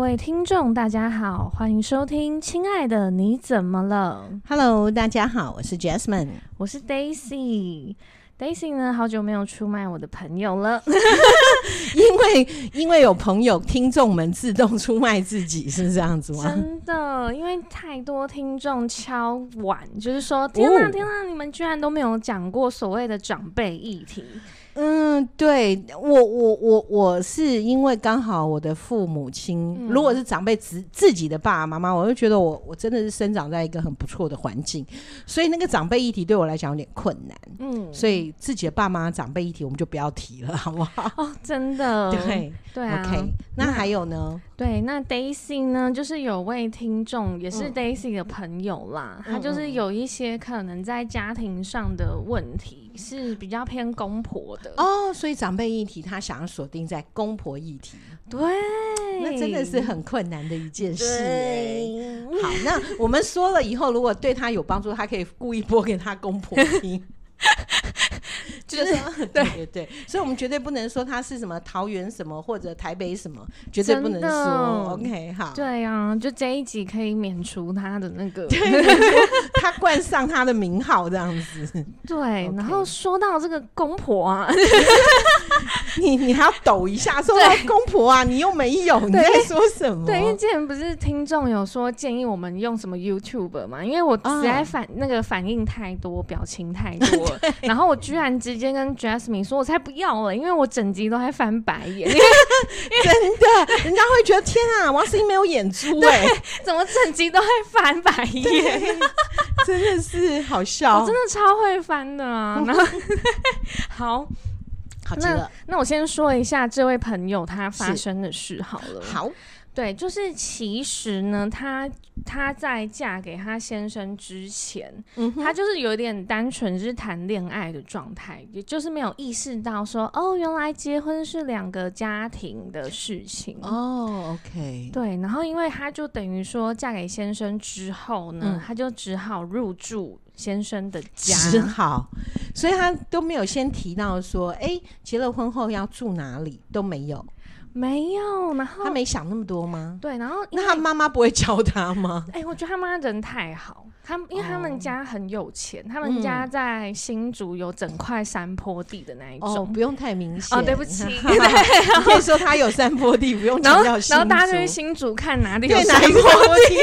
位听众，大家好，欢迎收听《亲爱的你怎么了》， Hello，大家好，我是 Jasmine。我是 Daisy。Daisy 呢，好久没有出卖我的朋友了，因为因为有朋友听众们自动出卖自己，是这样子吗？真的，因为太多听众敲碗，就是说，天哪、哦天哪、你们居然都没有讲过所谓的长辈议题，嗯，对我我我我是因为刚好我的父母亲，嗯如果是长辈自自己的爸爸妈妈，我就觉得我我真的是生长在一个很不错的环境，所以那个长辈议题对我来讲有点困难，嗯，所以自己的爸妈长辈议题我们就不要提了，好不好？哦，真的，对、对啊 o k 那还有呢？对，那 Daisy 呢，就是有位听众，也是嗯 Daisy 的朋友啦，他就是有一些可能在家庭上的问题，是比较偏公婆的。哦，所以长辈议题他想要锁定在公婆议题，对，那真的是很困难的一件事、欸。对。好，那我们说了以后，如果对他有帮助，他可以故意播给他公婆 听。就是说对对对，所以我们绝对不能说他是什么桃园什么或者台北什么，绝对不能真的说。OK，好，对啊，就这一集可以免除他的那个他冠上他的名号这样子， 对。然后 OK 说到这个公婆啊，你你还要抖一下，说到公婆啊，你又没有，你在说什么？对， 因为之前不是听众有说建议我们用什么 YouTube 嘛，因为我实在啊反、那个反应太多，表情 太多了，然后我居然直接跟 Jasmine 说，我才不要了，因为我整集都在翻白眼， 因为真的，人家会觉得天啊，王思怡没有演出哎、怎么整集都在翻白眼？真的是 好笑，我真的超会翻的啊！ 然后好，好极那了，那我先说一下这位朋友他发是生的事好了。好，对，就是其实呢，她她在嫁给她先生之前，嗯哼她就是有点单纯是谈恋爱的状态，也就是没有意识到说，哦，原来结婚是两个家庭的事情。哦，OK，对，然后因为她就等于说嫁给先生之后呢嗯，她、就只好入住先生的家。只好，所以他都没有先提到说，哎、结了婚后要住哪里都没有，哦没有，然后他没想那么多吗？对，然后因那他为妈妈不会教 他吗？哎、我觉得他妈人太好，他们因为他们哦嗯家很有钱，他们家在新竹有整块山坡地的那一哦，种。不用太明显哦对不 起 你可以说他有山坡地，不用然后，强调新然后大家就去竹新竹看哪里有对山哪一坡个山坡地？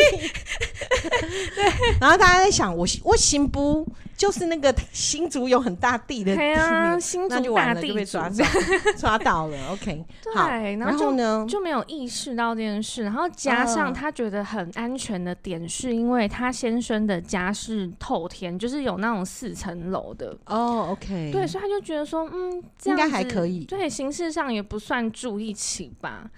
对，然后大家在想，我我新不就是那个新竹有很大地的地对啊，新那就竹完大了，地就被主抓这到样抓到了。OK，好，对，然然后就后呢？就没有意识到这件事，然后加上嗯他觉得很安全的点，是因为他先生的家是透天，就是有那种四层楼的，哦，OK，对，所以他就觉得说，嗯，这应样该还子可以对，形式上也不算住一起吧。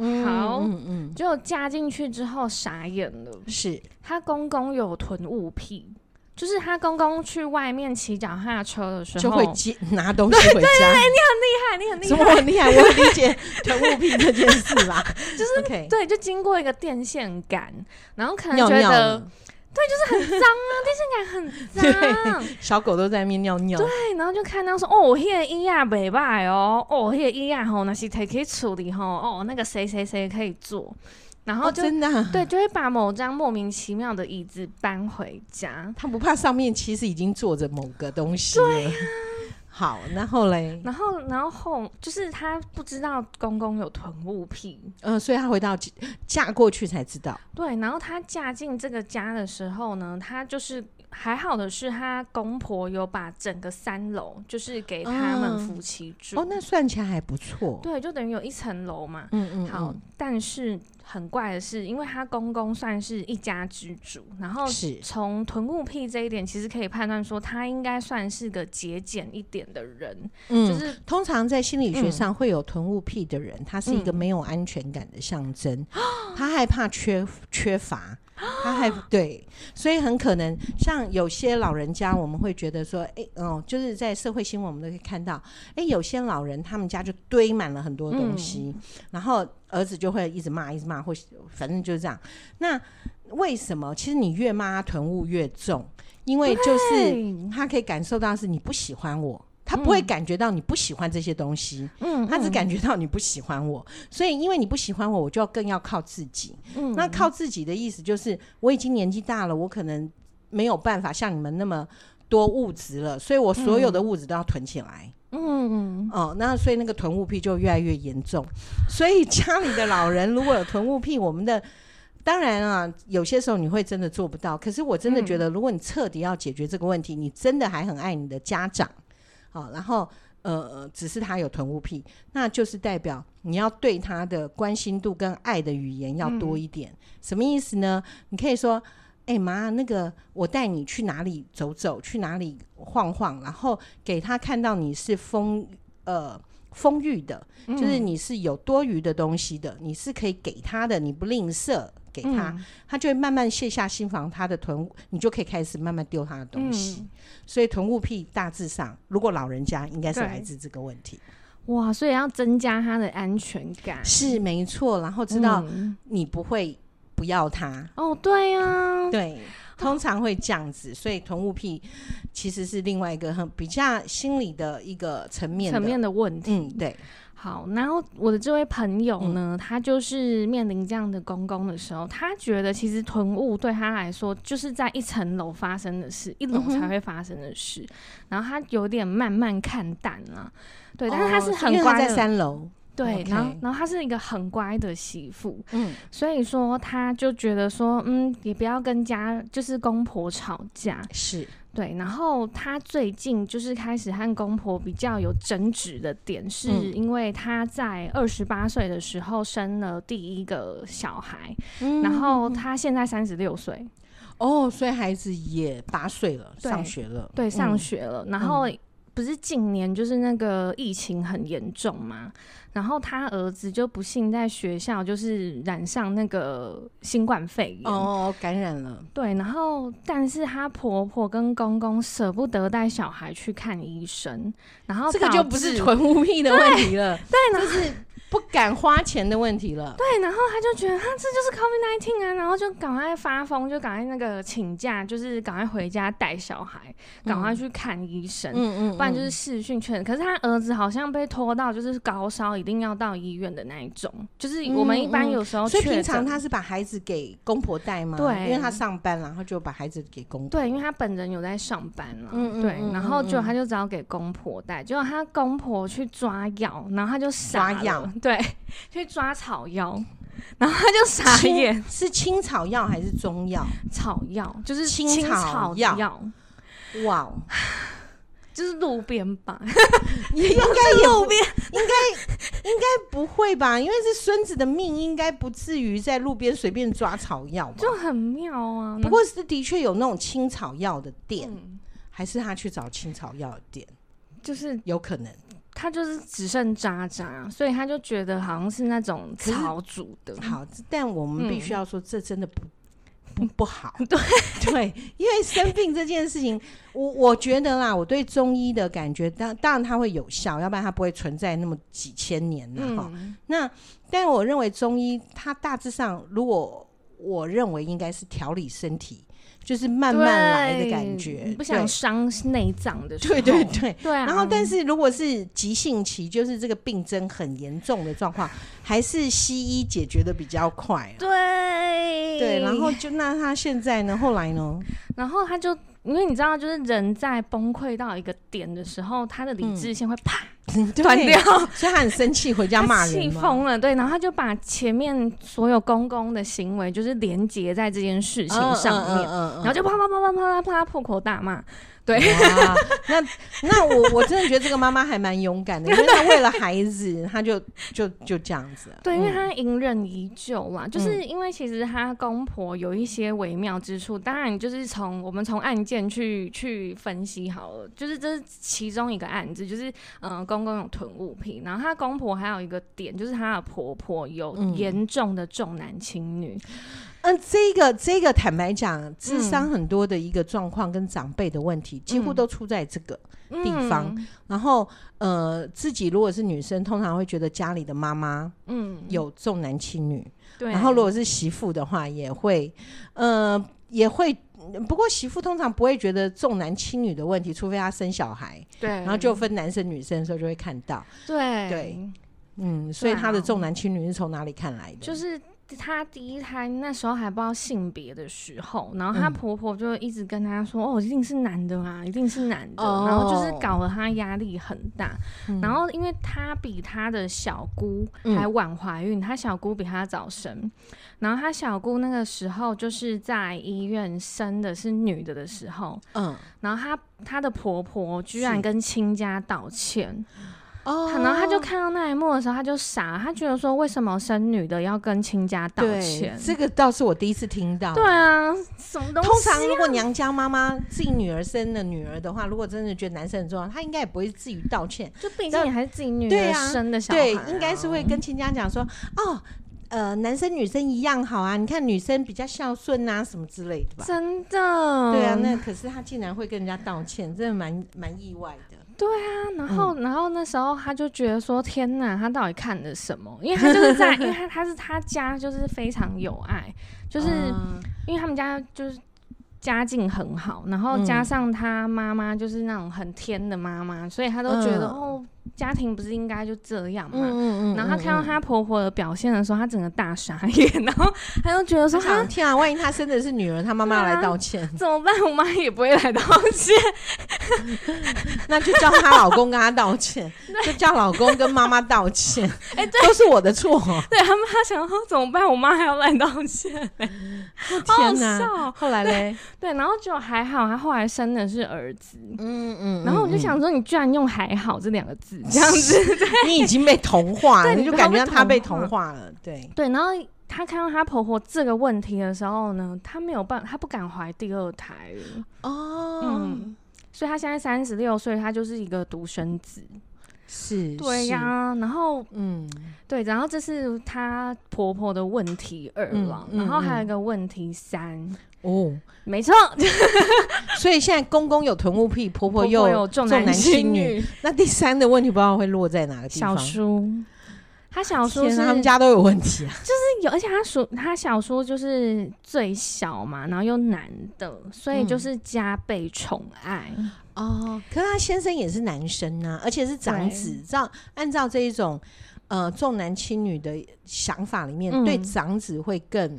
嗯好嗯嗯，结果嫁进去之后傻眼了，是她公公有囤物癖，就是她公公去外面骑脚踏车的时候，就会 接拿东西回家。害你很厉什么害，很厉害？我很理 解囤物癖这件事啦，就是 OK。 对，就经过一个电线杆，然后可能尿觉尿 得了，电线杆很脏，小狗都在那边尿尿，啊对，然后就看到说，哦，迄、个伊啊袂歹哦，哦，迄、个伊啊吼，那是可以处理吼，哦，那个谁谁谁可以做，然后哦，就、真的啊，对，就会把某张莫名其妙的椅子搬回家。它不怕上面其实已经坐着某个东西了。好，然后嘞，然后，然后后就是她不知道公公有囤物癖，嗯，所以她回到家嫁过去才知道。对，然后她嫁进这个家的时候呢，她就是还好的是，她公婆有把整个三楼就是给他们嗯夫妻住，哦，那算起来还不错。对，就等于有一层楼嘛。嗯嗯，好嗯，但是很怪的是，因为她公公算是一家之主，然后是从囤物癖这一点，其实可以判断说他应该算是个节俭一点的人，嗯，就是通常在心理学嗯上会有囤物癖的人，他是一个嗯没有安全感的象征， 他害怕缺缺乏，他害对，所以很可能像有些老人家，我们会觉得说，诶，哦，就是在社会新闻我们都可以看到，诶，有些老人他们家就堆满了很多东西，然后儿子就会一直骂，一直骂，或反正就是这样。那为什么？其实你越骂他囤物越重，因为就是对他可以感受到是你不喜欢我，他不会感觉到你不喜欢这些东西，嗯，他只嗯感觉到你不喜欢我，所以因为你不喜欢我，我就更要靠自己。嗯那靠自己的意思就是，我已经年纪大了，我可能没有办法像你们那么多物质了，所以我所有的物质都要囤起来。嗯哦，那所以那个囤物癖就越来越严重。所以家里的老人如果有囤物癖，我们的当然啊，有些时候你会真的做不到。可是我真的觉得，如果你彻底要解决这个问题，你真的还很爱你的家长，哦，然后呃，呃只是他有囤物癖，那就是代表你要对他的关心度跟爱的语言要多一点。什么意思呢？你可以说。哎、妈，那个我带你去哪里走走，去哪里晃晃，然后给他看到你是丰呃丰裕的，嗯就是你是有多余的东西的，你是可以给他的，你不吝啬给他，嗯他就会慢慢卸下心房，他的囤物，你就可以开始慢慢丢他的东西。嗯所以囤物癖大致上，如果老人家应该是对来自这个问题，哇，所以要增加他的安全感，是没错。然后知道嗯你不会不要他，哦，对呀，对，通常会这样子。所以囤物癖其实是另外一个很比较心理的一个层面的，层面的问题。嗯，对，好，然后我的这位朋友嗯呢，他就是面临这样的公公的时候，他觉得其实囤物对他来说就是在一层楼发生的事，一嗯楼才会发生的事，然后他有点慢慢看淡了、对，但是他哦是因很为他乖在的，三楼，对， OK 然后然后他是一个很乖的媳妇，嗯，所以说他就觉得说，嗯，也不要跟家就是公婆吵架，是，对，然后他最近就是开始和公婆比较有争执的点，是嗯因为他在二十八岁的时候生了第一个小孩，嗯然后他现在三十六岁，哦，所以孩子也八岁了，对上学了，对，上嗯学了，然后。不是近年就是那个疫情很严重嘛，然后他儿子就不幸在学校就是染上那个新冠肺炎，哦，感染了，对，然后但是她婆婆跟公公舍不得带小孩去看医生，然后这个就导不是致囤物癖的问题了，对，然 这后是不敢花钱的问题了。对，然后她就觉得她这就是 COVID nineteen 啊，然后就赶快发疯，就赶快那个请假，就是赶快回家带小孩，赶快去看医生。嗯不然就是视讯确诊，可是她儿子好像被拖到就是高烧，一定要到医院的那一种。就是我们一般嗯嗯有时候所确诊，以平常他是把孩子给公婆带吗？对因为他上班，然后就把孩子给公婆。对，因为她本人有在上班了，嗯嗯对嗯，然后就她就只好给公婆带，结果她公婆去抓药，然后她就傻抓了，药对， 去抓草药，然后她就傻眼，是青草药还是中药？草药就是青青草草药药，哇哦，就是路边吧，也应该也路不边不会吧？因为是孙子的命，应该不至于在路边随便抓草药吧？ 就很妙啊。不过是的确有那种青草药的店，嗯还是他去找青草药的店，就是有可能。她就是只剩渣渣，所以她就觉得好像是那种可是草煮的，好，这但我们必须嗯要说，这真的不、不 不好。对对，因为生病这件事情，我我觉得啦，我对中医的感觉，当当然它会有效，要不然它不会存在那么几千年了哈、嗯，那但我认为中医它大致上，如果我认为应该是调理身体，就是慢慢来的感对觉你，不 想伤内脏的时候，对对对对。对啊。然后，但是如果是急性期，就是这个病症很严重的状况，还是西医解决的比较快、啊。对对，然后就那他现在 呢？后来呢？然后他就因为你知道，就是人在崩溃到一个点的时候，他的理智线会啪断嗯对掉，，所以他很生气，回家骂他人气嘛。疯了，对，然后他就把前面所有公公的行为就是连结在这件事情上面，嗯然后就啪啪啪啪啪啪啪破口大骂，对，哇，那那我我真的觉得这个妈妈还蛮勇 敢的，因为她为了孩子，她就就就这样子了。对，因为嗯她隐忍已久啦，就是因为其实她公婆有一些微妙之处。当然，就是从我们从案件去去分析好了，就是这是其中一个案子，就是嗯、呃公公有囤物品，然后她公婆还有一个点，就是她的婆婆有嗯严重的重男轻女。嗯，这个这个坦白嗯讲，智商很多的一个状况跟长辈的问题，几乎嗯都出在这个。嗯地方，然后呃，自己如果是女生，通常会觉得家里的妈妈嗯，有重男轻女，对，然后如果是媳妇的话，也会，呃，也会不过媳妇通常不会觉得重男轻女的问题，除非她生小孩，对，然后就分男生女生的时候就会看到。对对，嗯，所以她的重男轻女是从哪里看来的？啊就是她第一胎那时候还不知道性别的时候，然后她嗯婆婆就一直跟她说：“哦，一定是男的啊，一定是男的。哦然后就是搞得她压力很大。嗯然后因为她比她的小姑嗯还晚怀孕，她小姑比她早生。然后她小姑那个时候就是在医院生的是女的的时候，嗯，然后她她的婆婆居是然跟亲家道歉。哦可能他就看到那一幕的时候，他就傻了，他觉得说为什么生女的要跟亲家道对歉？这个倒是我第一次听到。对啊，什么东西？通常如果娘家妈妈自己女儿生了女儿的话，如果真的觉得男生很重要，她应该也不会至于道歉，就毕竟你还是自己女对儿啊生的小孩、啊对，应该是会。跟亲家讲说，哦，呃，男生女生一样好啊，你看女生比较孝顺啊，什么之类的吧。真的，对啊，那可是她竟然会跟人家道歉，真的蛮蛮意外的。啊嗯然后，然后那时候他就觉得说：“天哪，他到底看了什么？”因为他就是在，因为他他是他家就是非常有爱， 就是、嗯因为他们家就是家境很好，然后嗯加上他妈妈就是那种很天的妈妈，所以他都觉得、嗯哦，家庭不是应该就这样嘛。嗯然后她看到她婆婆的表现的时候，她整个大傻眼，然后她就觉得说：“说哈，天啊，万一她生的是女儿，她妈妈对啊来道歉，怎么办？我妈也不会来道歉。那就叫她老公跟她道 歉，就叫老公跟妈妈道歉，哎都是我 的错。对”她妈想说：“怎么办？我妈还要来道 歉。天好好笑哪！哦后来嘞，” 对，然后就还好，她后来生的是儿子。嗯嗯然后我就想说，你居然用“还好”这两个字，这样子。你已经被同化 对了，你你就被感他被觉到他被同化同化了，对，对，然后她看到她婆婆这个问题的时候呢，她没有办，她不敢怀第二胎了，哦嗯所以她现在三十六岁，她就是一个独生子。是，对是呀、，然后嗯，对，然后这是她婆婆的问题二了，嗯嗯然后还嗯有一个问题三，哦，没错，所以现在公公有囤物癖，婆婆又婆有重男轻女，那第三的问题不知道会落在哪个地小方。叔。他小叔天是哪他们家都有问题啊！有，而且他叔他小叔就是最小嘛，然后又男的，所以嗯就是加倍宠爱。哦，可是他先生也是男生啊，而且是长子。照按照这一种呃重男轻女的想法里面，嗯对长子会更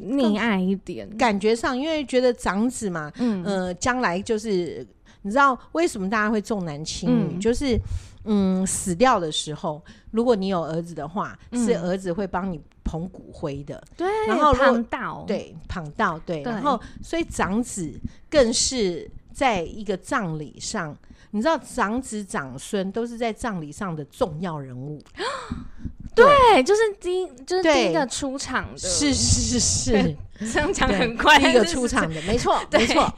溺爱一点，感觉上，因为觉得长子嘛，嗯，呃，将来就是你知道为什么大家会重男轻女，嗯就是嗯，死掉的时候，如果你有儿子的话，嗯是儿子会帮你捧骨灰的，对，然后如果胖到，对，捧到对，哦对然后所以长子更是在一个葬礼上，你知道长子长孙都是在葬礼上的重要人物，对，就是第一，就是对第一个出场的，是是是是。 这样讲对很快， 第一个就是出场的，没错， 对没错。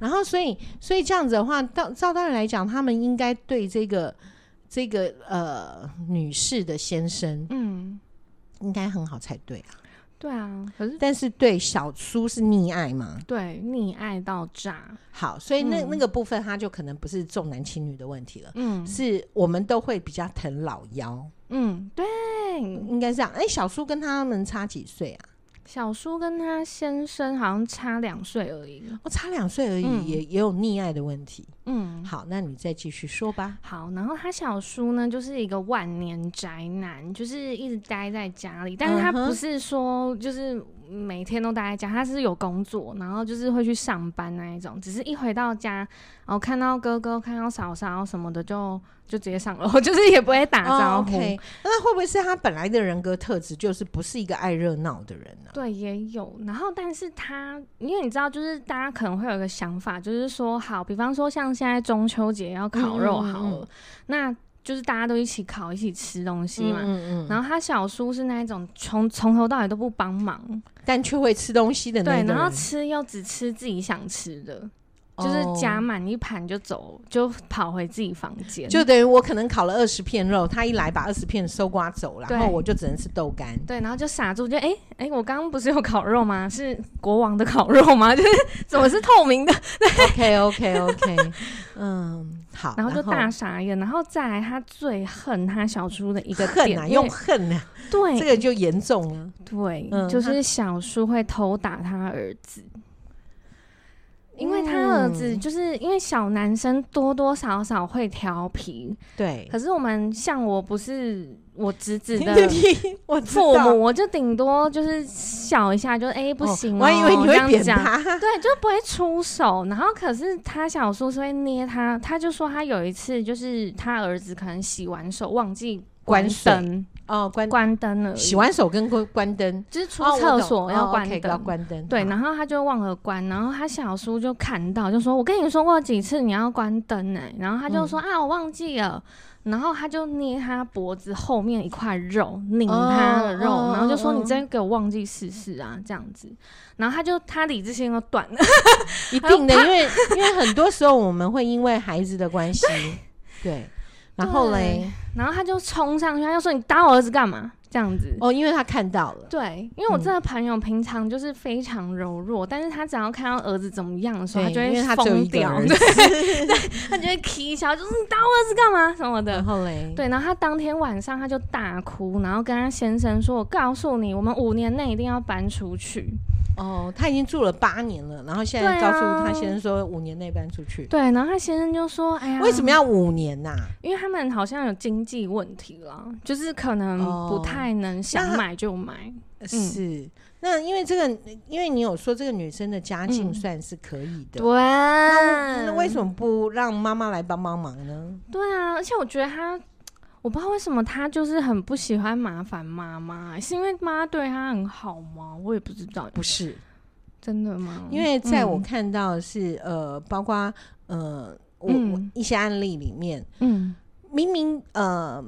然后，所以，所以这样子的话，到照道理来讲，他们应该对这个这个呃女士的先生嗯，应该很好才对啊。对啊，可是但是对小苏是溺爱嘛？对溺爱到炸，好，所以那、嗯那个部分，他就可能不是重男轻女的问题了，嗯是我们都会比较疼老幺，嗯，对，应该这样。哎、小苏跟他们差几岁啊？小叔跟他先生好像差两岁而已，哦，差两岁而已，嗯也也有溺爱的问题。嗯。好，那你再继续说吧。好，然后他小叔呢，就是一个万年宅男，就是一直待在家里，但是他嗯哼不是说就是每天都待在家，他是有工作，然后就是会去上班那一种，只是一回到家，然后看到哥哥、看到嫂嫂什么的就，就直接上楼， 就是也不会打招哦呼。 OK，那会不会是他本来的人格特质就是不是一个爱热闹的人啊呢、对，也有。然后，但是他，因为你知道，就是大家可能会有一个想法，就是说，好，比方说像现在中秋节要烤肉好嗯嗯嗯了，那就是大家都一起烤，一起吃东西嘛。嗯然后他小叔是那一种从从头到尾都不帮忙，但却会吃东西的那对，个然后人吃又只吃自己想吃的，就是夹哦满一盘就走，就跑回自己房间。就等于我可能烤了二十片肉，他一来把二十片搜刮走，然后对我就只能吃豆干。对，然后就傻住，就哎哎、诶我刚刚不是有烤肉吗？ 是国王的烤肉吗？ 就是怎么是透 明的？ OK OK OK，嗯，好，然后就大傻眼，然后再来他最恨他小叔的一个恨点，哎啊，因为用恨啊，对这个就严重了。对、嗯就他是小叔会偷打他儿子，因为他儿子嗯就是因为小男生多多少少会调皮，对，可是我们像我不是我侄子 的你我知父道母，我就顶多就是笑一下，就是哎、不哦行、哦，我还以为你这会样扁讲他，对，就不会出手。然后可是他小叔是会捏他，他就说他有一次就是他儿子可能洗完手忘记关水灯，哦，关关灯了，洗完手跟关关灯，就是出哦我厕懂所哦要关 OK，灯。要关灯，对，好然后他就忘了关，然后他小叔就看到，就说：“我跟你说过几次你要关灯呢、然后他就说：“嗯啊，我忘记了。”然后他就捏他脖子后面一块肉，拧他的肉，哦然后就说：“哦你真给我忘记试试啊，这样子。”然后他就他理智线又断了， 一定的，因为因为很多时候我们会因为孩子的关系，对，然后嘞，然后他就冲上去，他就说：“你打我儿子干嘛？”这样子。哦，因为他看到了，对，因为嗯我这个朋友平常就是非常柔弱，但是他只要看到儿子怎么样的时候，对，就因为会他只有疯一个掉，儿对，子，他就会啼笑，就是你打我儿子干嘛什么的然。后嘞，对，然后他当天晚上他就大哭，然后跟他先生说：“我告诉你，我们五年内一定要搬出去。哦，他已经住了八年了，然后现在对啊告诉他先生说五年内搬出”去，对，然后他先生就说：“哎呀，为什么要？要五年呐？因为他们好像有经济问题啦，就是可能不哦太能想那买就买。是。那因为这个，因为你有说这个女生的家境嗯算是可以的，对，那那为什么不让妈妈来帮帮忙呢？对啊，而且我觉得他，我不知道为什么他就是很不喜欢麻烦妈妈，是因为妈对他很好吗？我也不知道，不是，真的吗？因为在我嗯看到的是、呃，包括呃，我、我嗯一些案例里面，嗯明明呃，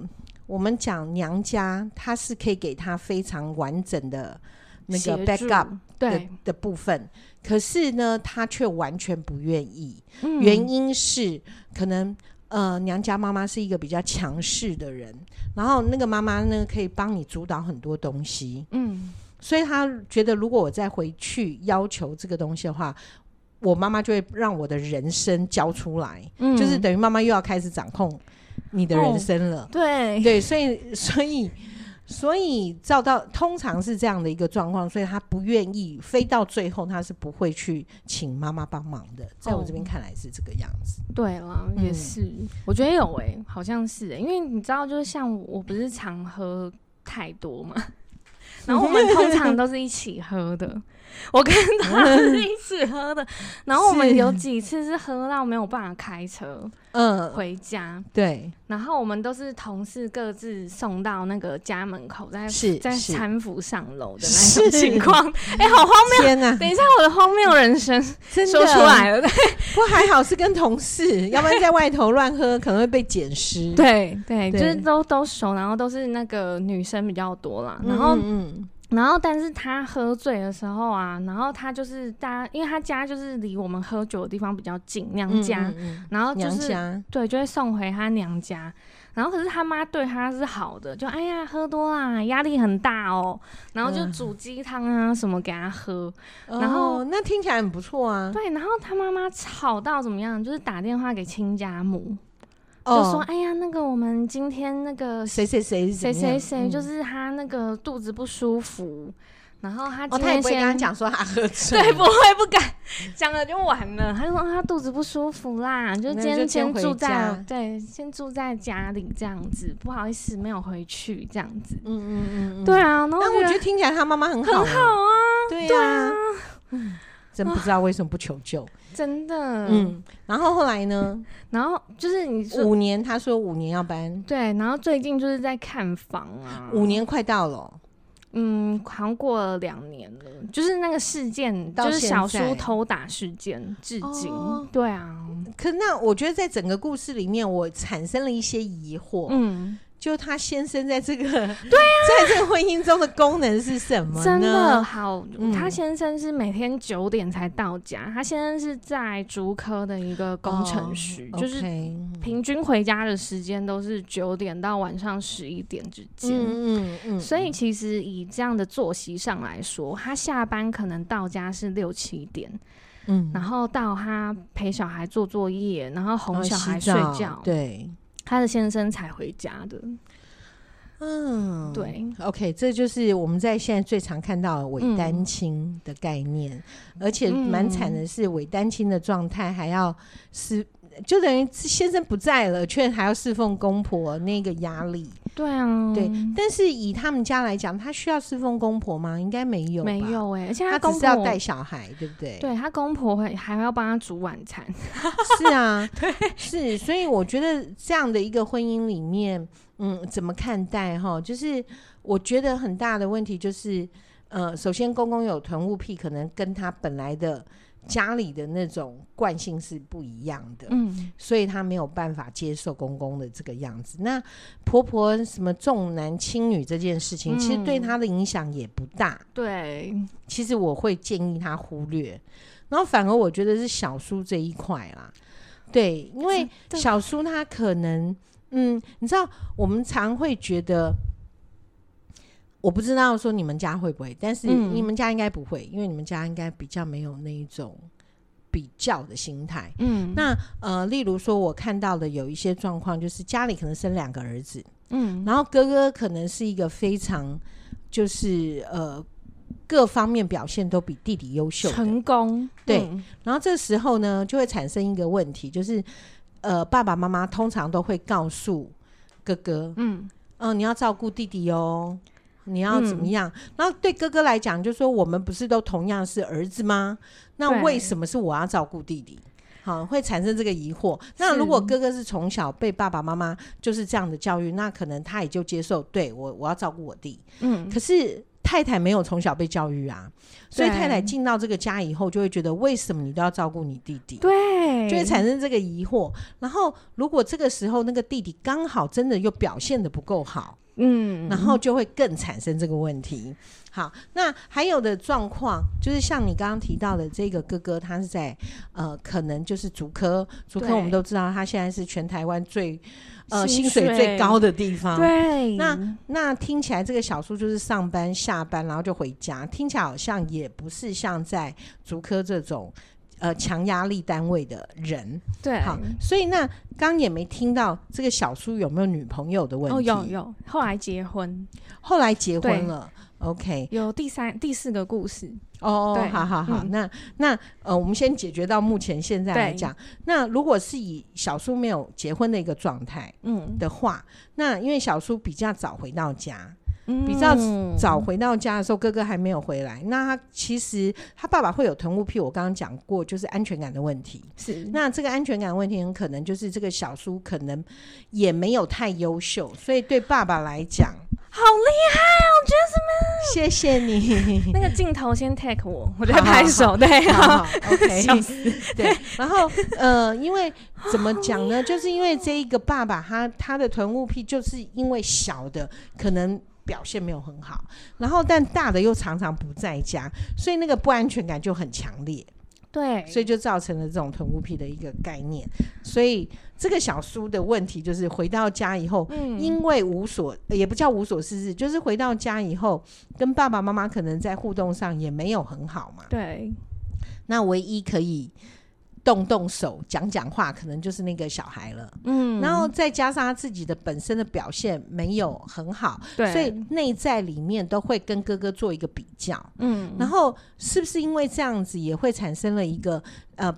我们讲娘家，她是可以给她非常完整的那个协助 backup 的对，的部分，可是呢，她却完全不愿意，嗯原因是可能。呃，娘家妈妈是一个比较强势的人，然后那个妈妈呢，可以帮你主导很多东西。嗯所以他觉得，如果我再回去要求这个东西的话，我妈妈就会让我的人生交出来，嗯就是等于妈妈又要开始掌控你的人生哦了。对对，所以所以所以照到通常是这样的一个状况，所以他不愿意，非到最后他是不会去请妈妈帮忙的。在我这哦边看来是这个样子。对啦，嗯也是，我觉得有诶、好像是、欸，因为你知道，就是像我我不是常喝太多 嘛，然后我们通常都是一起喝的，我跟他是一起喝 的，然后我们是有几次是喝到没有办法开车嗯，回家，对，然后我们都是同事各自送到那个家门口，在是在是搀扶上楼的那是种情 况，哎、好荒，天哪、等一下我的荒谬人生真的说出来了，不过还好是跟同事，要不然在外头乱喝可能会被捡尸。对对，就对是都都熟，然后都是那个女生比较多啦。嗯，然后、嗯嗯然后，但是他喝醉的时候啊，然后他就是大家，因为他家就是离我们喝酒的地方比较近，娘嗯家，嗯嗯然后就娘是家对，就会送回他娘家。然后可是他妈对他是好的，就哎呀喝多啦，压力很大哦，然后就嗯煮鸡汤啊什么给他喝。然后哦那听起来很不错啊。对，然后他妈妈吵到怎么样，就是打电话给亲家母，哦就说哎呀那个我们今天那个谁谁谁谁怎么谁样谁，就嗯是他那个肚子不舒服，然后他哦，今他也天不会先、跟他讲说他 喝 醉，对，不会不敢讲了就完了。他就说啊他肚子不舒服啦，就那今就天先先回住在家对，先住在家里这样子，不好意思没有回去这样子。嗯嗯嗯嗯，对。啊，然后但我觉觉得听起来他妈妈很好，很好，啊，对啊，嗯真不知道为什么不求救。真的。嗯，嗯，然后后来呢？然后就是你说嗯五年，他说五年要搬，对，然后最近就是在看房啊，五年快到了，嗯，好像过了两年了，就是那个事件，到就是现小在叔偷打事件，至今，哦对啊，可那我觉得在整个故事里面，我产生了一些疑惑，嗯，啊就他先生在这个对 在这个婚姻中的功能是什么呢？真的好。嗯他先生是每天九点才到家，他先生是在竹科的一个工程师，哦就是 OK 平均回家的时间都是九点到晚上十一点之间。嗯嗯嗯，所以其实以这样的作息上来说，他下班可能到家是六七点，嗯，然后到他陪小孩做作业，然后然哄后小哦洗孩睡澡觉，对，他的先生才回家的。嗯，对， OK，这就是我们在现在最常看到的伪单嗯亲的概念，而且蛮惨的是，伪单亲的状态还要侍，就等于先生不在了，却还要侍奉公婆，那个压力。对啊，对但是以他们家来讲，他需要侍奉公婆吗？应该没有，没，有哎、而且他公只是要婆带小孩，对不对？，对他公婆会还要帮他煮晚餐， 是啊，是，所以我觉得这样的一个婚姻里面，嗯，怎么看待哈？就是我觉得很大的问题就是，呃，首先公公有囤物癖，可能跟他本来的家里的那种惯性是不一样的。嗯，所以她没有办法接受公公的这个样子。那婆婆什么重男轻女这件事情，其实对嗯她的影响也不大。对，其实我会建议她忽略，然后反而我觉得是小叔这一块啦。对，因为真的小叔他可能，嗯，你知道，我们常会觉得，我不知道说你们家会不会，但是嗯你们家应该不会，因为你们家应该比较没有那一种比较的心态。嗯，那呃，例如说，我看到的有一些状况，就是家里可能生两个儿子，嗯，然后哥哥可能是一个非常就是呃各方面表现都比弟弟优秀的，成功，对嗯然后这时候呢，就会产生一个问题，就是呃爸爸妈妈通常都会告诉哥哥，嗯，嗯、你要照顾弟弟哦。你要怎么嗯样？然后对哥哥来讲，就说我们不是都同样是儿子吗？那对为什么是我要照顾弟弟？好，会产生这个疑惑。那如果是哥哥是从小被爸爸妈妈就是这样的教育，那可能他也就接受，对我我要照顾我弟。嗯，可是太太没有从小被教育啊，所以对太太进到这个家以后，就会觉得为什么你都要照顾你弟弟？对，就会产生这个疑惑。然后，如果这个时候那个弟弟刚好真的又表现的不够好，嗯，然后就会更产生这个问题。好，那还有的状况就是像你刚刚提到的这个哥哥，他是在呃，可能就是竹科，竹科对我们都知道，他现在是全台湾最呃薪薪水最水高的地方。对，那那听起来这个小叔就是上班下班，然后就回家，听起来好像也不是像在竹科这种呃强压力单位的人。对，哦好，所以那刚也没听到这个小叔有没有女朋友的问题。哦，有有，后来结婚，后来结婚对了。OK，有第三、第四个故事，哦，对好好好，嗯那那呃，我们先解决到目前现在来对讲，那如果是以小叔没有结婚的一个状态嗯，的话，那因为小叔比较早回到家，比较嗯早回到家的时候，哥哥还没有回来，那他其实他爸爸会有囤物癖，我刚刚讲过，就是安全感的问题。是那这个安全感问题很可能就是这个小叔可能也没有太优秀，所以对爸爸来讲，好厉哦谢谢你。 害，那个镜头先 take 我，我在好好拍好手，对，啊好好，OK，笑对，然后呃，因为怎么讲呢？就是因为这一个爸爸他他的囤物癖，就是因为小的可能表现没有很好，然后但大的又常常不在家，所以那个不安全感就很强烈， 对，所以就造成了这种囤物癖的一个概念。所以这个小叔的问题就是回到家以后。嗯，因为无所也不叫无所事事，就是回到家以后，跟爸爸妈妈可能在互动上也没有很好嘛。对，那唯一可以动动手、讲讲话，可能就是那个小孩了。嗯，然后再加上他自己的本身的表现没有很好，对，所以内在里面都会跟哥哥做一个比较。嗯，然后是不是因为这样子也会产生了一个呃？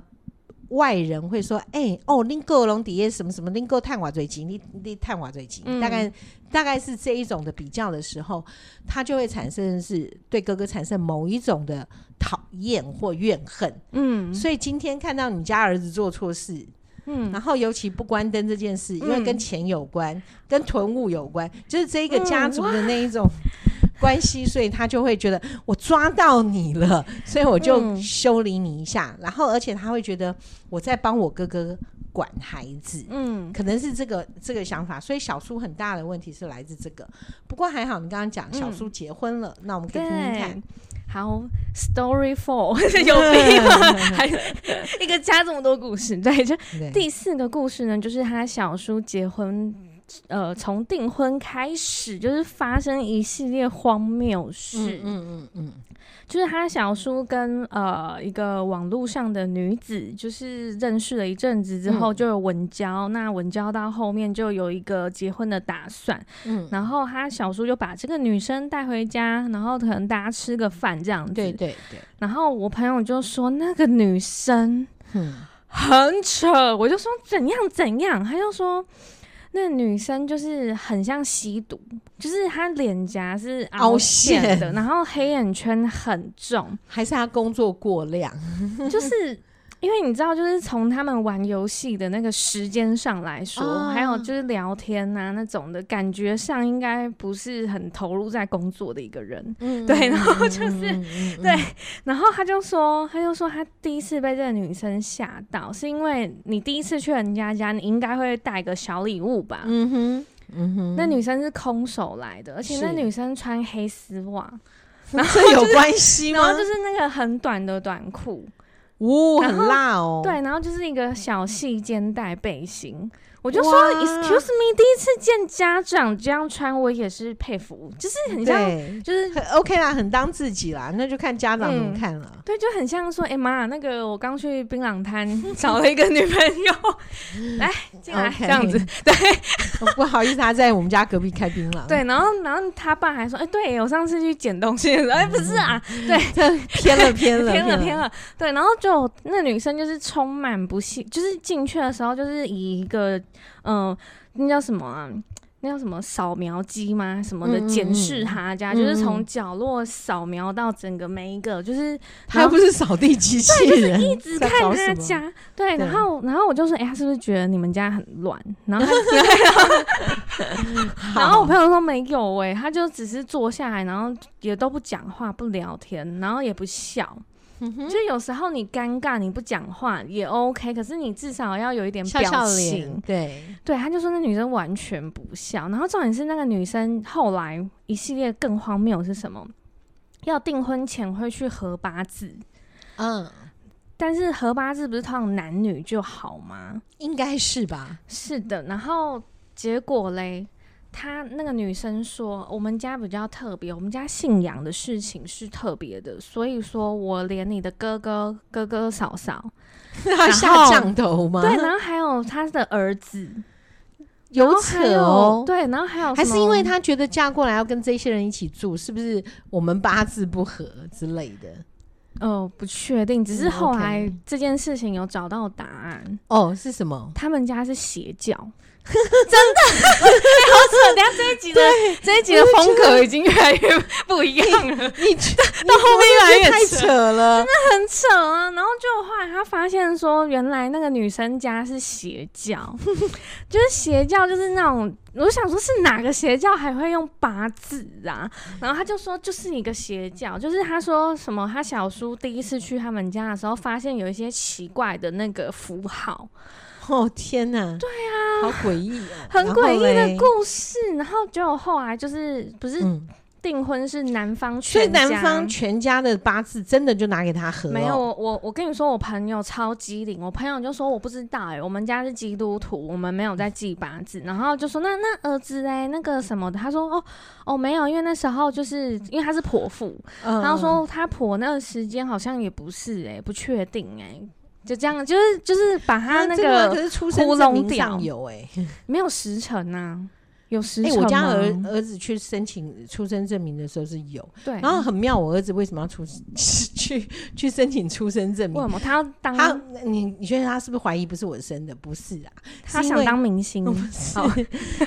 外人会说：“哎、哦，拎够龙底下什么什么，拎够探瓦最急，你你探瓦最急。嗯大概大概是这一种的比较的时候，他就会产生的是对哥哥产生某一种的讨厌或怨恨。嗯所以今天看到你家儿子做错事，嗯然后尤其不关灯这件事，因为嗯跟钱有关，跟囤物有关，就是这一个家族的那一种嗯 关系，所以他就会觉得我抓到你了，所以我就嗯修理你一下。然后而且他会觉得我在帮我哥哥管孩子。嗯，可能是这个这个想法，所以小叔很大的问题是来自这个。不过还好，你刚刚嗯讲小叔结婚了，那我们可以听听看对。。好，Story Four 有 啊必要？还一个家这么多故事，对，就对第四个故事呢，就是他小叔结婚呃从订婚开始，就是发生一系列荒谬事。嗯嗯嗯就是他小叔跟呃一个网络上的女子，就是认识了一阵子之后嗯就有稳交，那稳交到后面就有一个结婚的打算，嗯嗯，然后他小叔就把这个女生带回家，然后可能大家吃个饭这样子。对对对，然后我朋友就说那个女生嗯很扯，我就说怎样怎样，他就说。那女生就是很像吸毒，就是她脸颊是凹凹陷陷的，然后黑眼圈很重，还是他工作过量， 就是因为你知道，就是从他们玩游戏的那个时间上来说，啊还有就是聊天啊那种的感觉上，应该不是很投入在工作的一个人。嗯对然后就是对对，然后他就说，他就说他第一次被这个女生吓到，是因为你第一次去人家家，你应该会带个小礼物吧？嗯哼嗯哼，那女生是空手来的，而且那是女生穿黑丝袜，这有关系然吗后？就是那个很短的短裤，呜，然很后辣哦，对，然后就是一个小细肩带背心，我就说哇 Excuse me，第一次见家长这样穿，我也是佩服，就是很像，对，就是很 OK 啦，很当自己啦，那就看家长怎么嗯看了。对，就很像说，哎、妈，那个我刚去槟榔摊找了一个女朋友，来进来 OK 这样子，对哦不好意思，他在我们家隔壁开 槟榔，对，然后然后他爸还说，哎、对我上次去捡东西的时候，哎、不是啊， 偏了 偏了偏了偏偏了，了，对，然后就那女生就是充满不信，就是进去的时候就是以一个嗯、呃那叫什么啊？那叫什么扫描机吗？什么的嗯嗯检视他家，嗯就是嗯从角落扫描到整个每一个，就是他又不是扫地机器人，一直看他在搞什家。对，对然后然后我就说，哎、他是不是觉得你们家很乱？然后他 好然后我朋友说没有哎、他就只是坐下来，然后也都不讲话，不聊天，然后也不笑。嗯就有时候你尴尬，你不讲话也 OK，可是你至少要有一点笑表情。笑脸，对，对，他就说那女生完全不笑。然后重点是那个女生后来一系列更荒谬是什么？要订婚前会去合八字，嗯，但是合八字不是通常男女就好吗？应该是吧，是的，然后结果嘞，她那个女生说，我们家比较特别，我们家信仰的事情是特别的，所以说我连你的哥哥、哥哥、嫂嫂，要后下降头吗？对，然后还有他的儿子，然 有后还扯有哦。对，然后还有还什是因么为他觉得嫁过来要跟这些人一起住，是不是我们八字不合之类的？呃不确定，只嗯是后，OK 来这件事情有找到答案，哦，是什么？他们家是邪教。 真的，哎好扯！等一下这一集的这一集的风格已经越来越不一样了。 你觉到后面越来太越扯了，很扯啊！然后就后来他发现说，原来那个女生家是邪教， 就是邪教就是那种，我想说是哪个邪教还会用八字啊？然后他就说就是一个邪教，就是他说什么他小叔第一次去他们家的时候，发现有一些奇怪的那个符号，哦天哪！对啊，好诡异哦，很然后诡异嘞的故事。然后结果后来就是不是嗯，订婚是男方所以全家，男方全家的八字真的就拿给他合、哦，没有，我我我跟你说，我朋友超机灵，我朋友就说我不知道哎、我们家是基督徒，我们没有在记八字，然后就说那那儿子哎、那个什么的，他说哦哦没有，因为那时候就是因为他是泼妇，嗯，然后说他婆那个时间好像也不是哎、不确定哎、就这样，就是就是把他他那这个可个是出生窟证窿明掉上有哎、没有时辰呐、有时哎、辰吗、我家儿儿子去申请出生证明的时候是有，对，然后很妙，我儿子为什么要出 去去申请出生证为明什？么他要当他他你你觉得他是不是怀疑不是我生的？不是啊，是因想为当明星我？不是，哦因为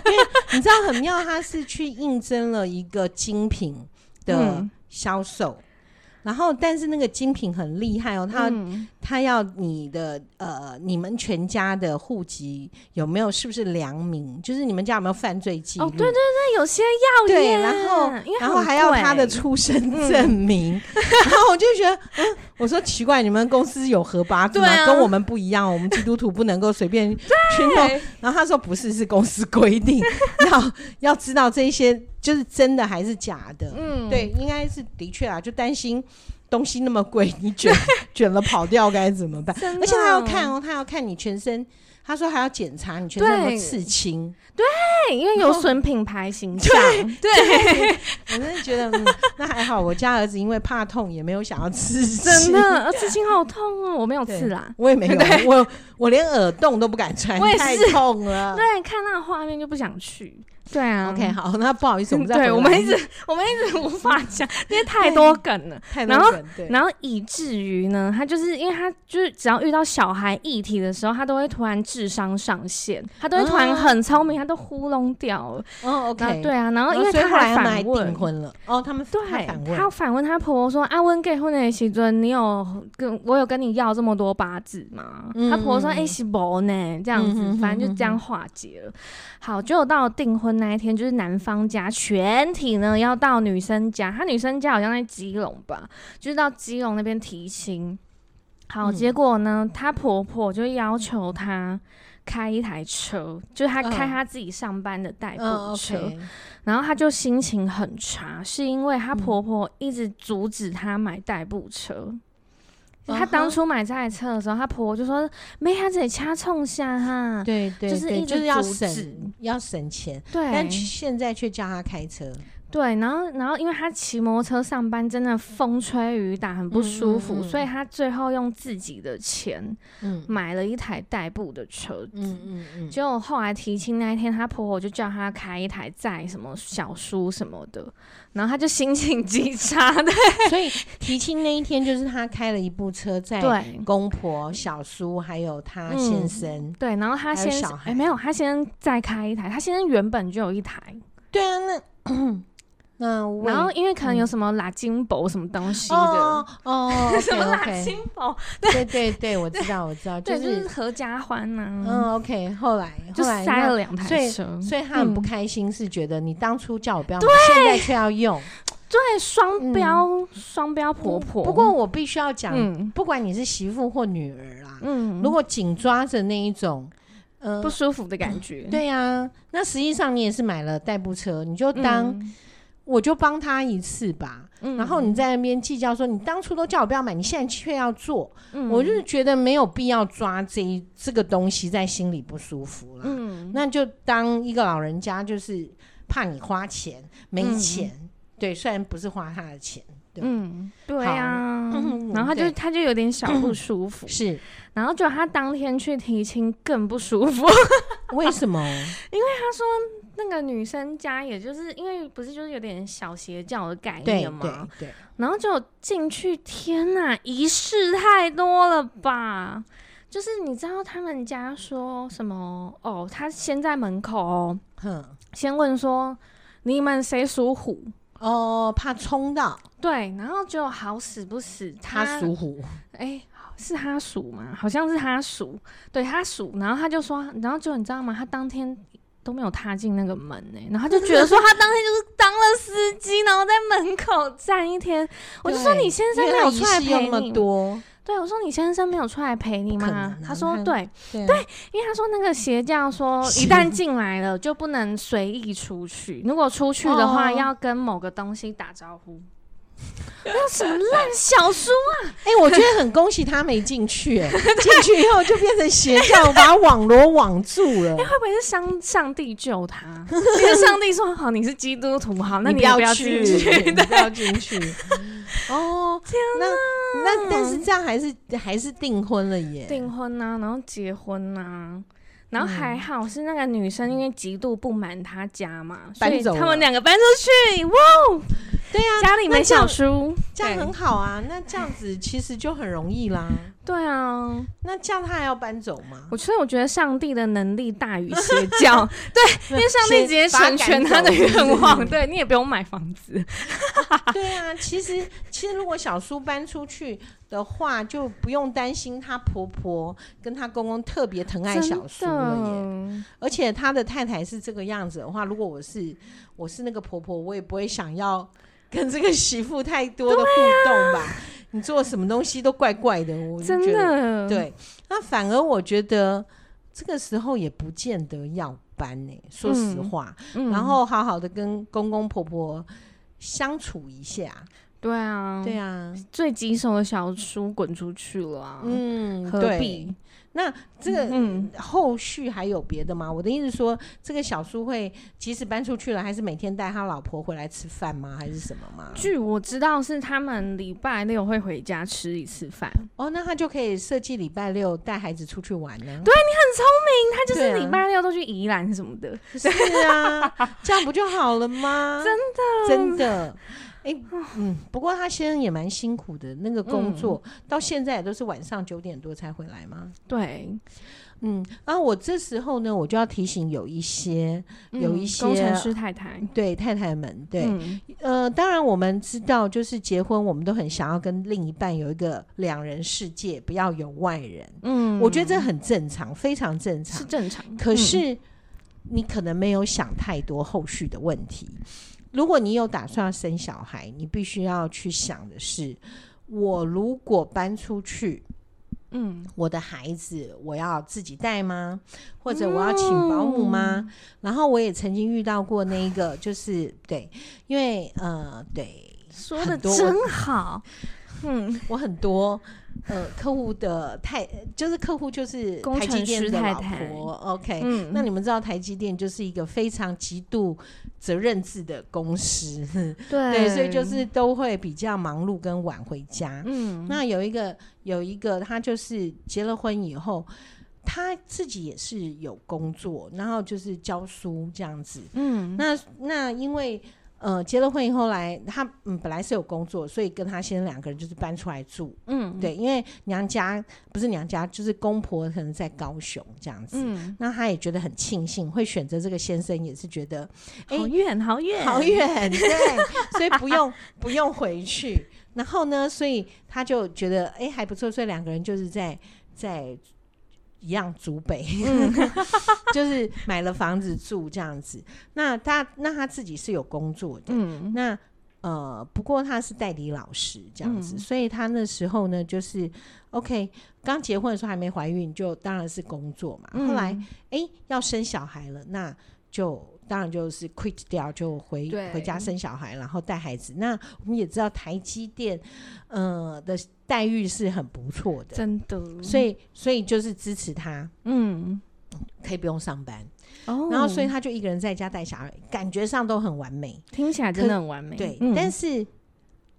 你知道很妙，他是去应征了一个精品的嗯销售，然后但是那个精品很厉害哦，他、嗯他要你的呃，你们全家的户籍有没有是不是良民？就是你们家有没有犯罪记录？哦对对对，有些要对，耶然后因为然后很还要他贵的嗯出生证明， 然后我就觉得，嗯，我说奇怪，你们公司有合八字吗？对啊跟我们不一样，我们基督徒不能够随 便去弄。然后他说不是，是公司规定，要要知道这一些就是真的还是假的。嗯，对，应该是的确啊，就担心东西那么贵，你 卷卷了跑掉该怎么办？真的而且他要看哦，他要看你全身，他说还要检查你全身有没有对刺青。对，因为有损品牌形象，对， 我真的觉得、嗯那还好，我家儿子因为怕痛，也没有想要刺真青。的，呃刺青好痛哦，我没有对刺啦。 我也没有，我我连耳洞都不敢穿，我也是太痛了。对，看那个画面就不想去。对啊 OK，好，那不好意思，我们再回对，来我们一直我们一直无法讲，因为太多梗了。太然后冷对然后以至于呢，他就是因为他就是只要遇到小孩议题的时候，他都会突然智商上线，他都会突然啊很聪明，他都糊弄掉了。哦然，OK，后对啊，然后因为所以他后来他们反还订问。婚了。哦，他们他对，反问，他反问他婆婆说：“阿温结婚的时阵，你有跟我有跟你要这么多八字吗？”嗯他婆婆说：“哎、是无呢，这样子，嗯哼反正就这样化解了。好，结果到订婚那一天，就是男方家全体呢要到女生家，他女生家好像在基隆吧，就是到基隆那边提亲。好，嗯结果呢，她婆婆就要求她开一台车，就是她开嗯她自己上班的代步嗯车。 ，OK，然后她就心情很差，是因为她婆婆一直阻止她买代步车。嗯她当初买这台车的时候，她婆婆就说：“没她这里掐冲下哈。对对，就是对一直就是要阻止省要省钱，”但对现在却叫他开车，对，然后然后因为她骑摩托车上班，真的风吹雨打，很不舒服，嗯嗯嗯所以她最后用自己的钱嗯买了一台代步的车子。嗯嗯 嗯，结果后来提亲那一天，她婆婆就叫她开一台载什么小叔什么的，然后她就心情极差的。所以提亲那一天就是他开了一部车在对，公婆、小叔还有他嗯先生。 对，然后他还有先小生孩哎没有，他先再开一台，他先生原本就有一台，对啊，那 那为然后因为可能有什么拉金箔什么东西的，嗯 哦哦什，OK 么拉 OK，金箔，对对对，我知道我知道， 对，就就是是合家欢呐、嗯 OK，后来就后来塞那了两台车，所以他很不嗯开心，是觉得你当初叫我不要买，现在却 要用。对，双标双标婆婆，嗯不过我必须要讲，嗯不管你是媳妇或女儿啦，嗯，如果紧抓着那一种，呃不，舒服的感觉，对呀、那实际上你也是买了代步车，你就嗯，当、我就帮他一次吧。嗯然后你在那边计较说，你当初都叫我不要买，你现在却要做，嗯我就是觉得没有必要抓这一这个东西在心里不舒服啦。嗯那就当一个老人家，就是怕你花钱没钱，对，虽然不是花他的钱，对嗯，对好啊，嗯然后他就对他就有点小 不舒服，是然后就他当天去提亲更不舒 服。为 什么？那个女生家，也就是因为不是就是有点小邪教的概对念对嘛，对，然后就进去，天呐，仪式太多了吧？就是你知道他们家说什么哦？他先在门口、哦、哼，先问说你们谁属虎？哦，怕冲到对，然后就好死不死他属虎，哎、是他数吗？好像是他数，对他数，然后他就说，然后就你知道吗？他当天都没有踏进那个门呢、然后他就觉得说他当天就是当了司机，然后在门口站一天。我就说对你先生因没为他有仪出来式又陪那么你，多，对我说你先生没有出来陪你不可能吗啊？他说他对，对啊因为他说那个邪教 说是一旦进来了就不能随意出去，如果出去的话、哦要跟某个东西打招呼。 那什么烂小叔哎、我觉得很恭喜他没进 去、哎，进去以后就变成邪教，把网罗网住 了。会不会是上上帝救他？因为上帝说好你是基督徒，好，那啊你你也不要去，进去。你不要 进去。哦，那那但是这样还是还是订婚了耶。订婚呐、然后结婚呐、然后嗯还好是那个女生，因为极度不满他家嘛，所搬以走他们了两个搬出去，哇！哦对啊，家里没小叔，这样对很好啊。那这样子其实就很容易啦。对啊，那这样他还要搬走吗？我所以我觉得上帝的能力大于邪教， 对，因为上帝先直接把他成赶全他的走是不愿是望，对你也不用买房子，对啊，其实其实如果小叔搬出去的话，就不用担心她婆婆跟她公公特别疼爱真小叔了耶。的，而且他的太太是这个样子的话，如果我是我是那个婆婆，我也不会想要跟这个媳妇太多啊的互动吧。你做什么东西都怪怪的，我就真觉得的，对。那反而我觉得这个时候也不见得要搬呢、说实话，嗯，然后好好的跟公公婆婆相处一下，对啊，对啊，最棘手的小猪滚出去了啊！嗯，何对呃必？那这个嗯，后续还有别的吗？我的意思是说，这个小叔会即使搬出去了，还是每天带他老婆回来吃饭吗？还是什么吗？据我知道是他们礼拜六会回家吃一次饭，哦，那他就可以设计礼拜六带孩子出去玩呢、对，他就对是啊礼拜六都去宜兰什么的。是啊， 这样不就好了吗？真的，真的。哎、嗯，不过他先生也蛮辛苦的，那个工作、到现在也都是晚上九点多才回来吗？对，嗯，然、后我这时候呢，我就要提醒有一些嗯有一些工程师太太，对太太们，对，嗯呃，当然我们知道，就是结婚，我们都很想要跟另一半有一个两人世界，不要有外人。嗯我觉得这很正常，非常正是常。正常。嗯可是、你可能没有想太多后续的问题。如果你有打算要生小孩，你必须要去想的是，我如果搬出去，嗯，嗯我的孩子我要自己带吗？或者我要请保姆吗？嗯然后我也曾经遇到过那一个，就是对，因为呃，对。说的很多真好。嗯，我很多呃客户的太，就是客户就是工台积程电师的太老太婆，OK、嗯那你们知道台积电就是一个非常极度责任制的公司，对对，所以就是都会比较忙碌跟晚回家。嗯，那有一个有一个，他就是结了婚以后，他自己也是有工作，然后就是教书这样子。嗯那那因为呃结了婚以后来，他嗯本来是有工作，所以跟他先生两个人就是搬出来住。嗯，对，因为娘家不是娘家，就是公婆可能在高雄这样子。嗯，那他也觉得很庆幸，会选择这个先生，也是觉得哎好远好 远好，远，对，所以不用不用回去。然后呢，所以他就觉得哎、还不错，所以两个人就是在在一样祖北，嗯 就是买了房子住这样子。那他那他自己是有工作的，嗯那呃，不过他是代理老师这样子，嗯所以他那时候呢，就是 OK，刚结婚的时候还没怀孕，就当然是工作嘛。嗯后来哎、诶要生小孩了，那就当然就是 quit 掉，就回对回家生小孩，然后带孩子。那我们也知道台积电呃的待遇是很不错的，真的，所以所以就是支持他嗯，可以不用上班，哦，然后所以他就一个人在家带小孩，感觉上都很完美。听起来真的很完美，对，嗯。但是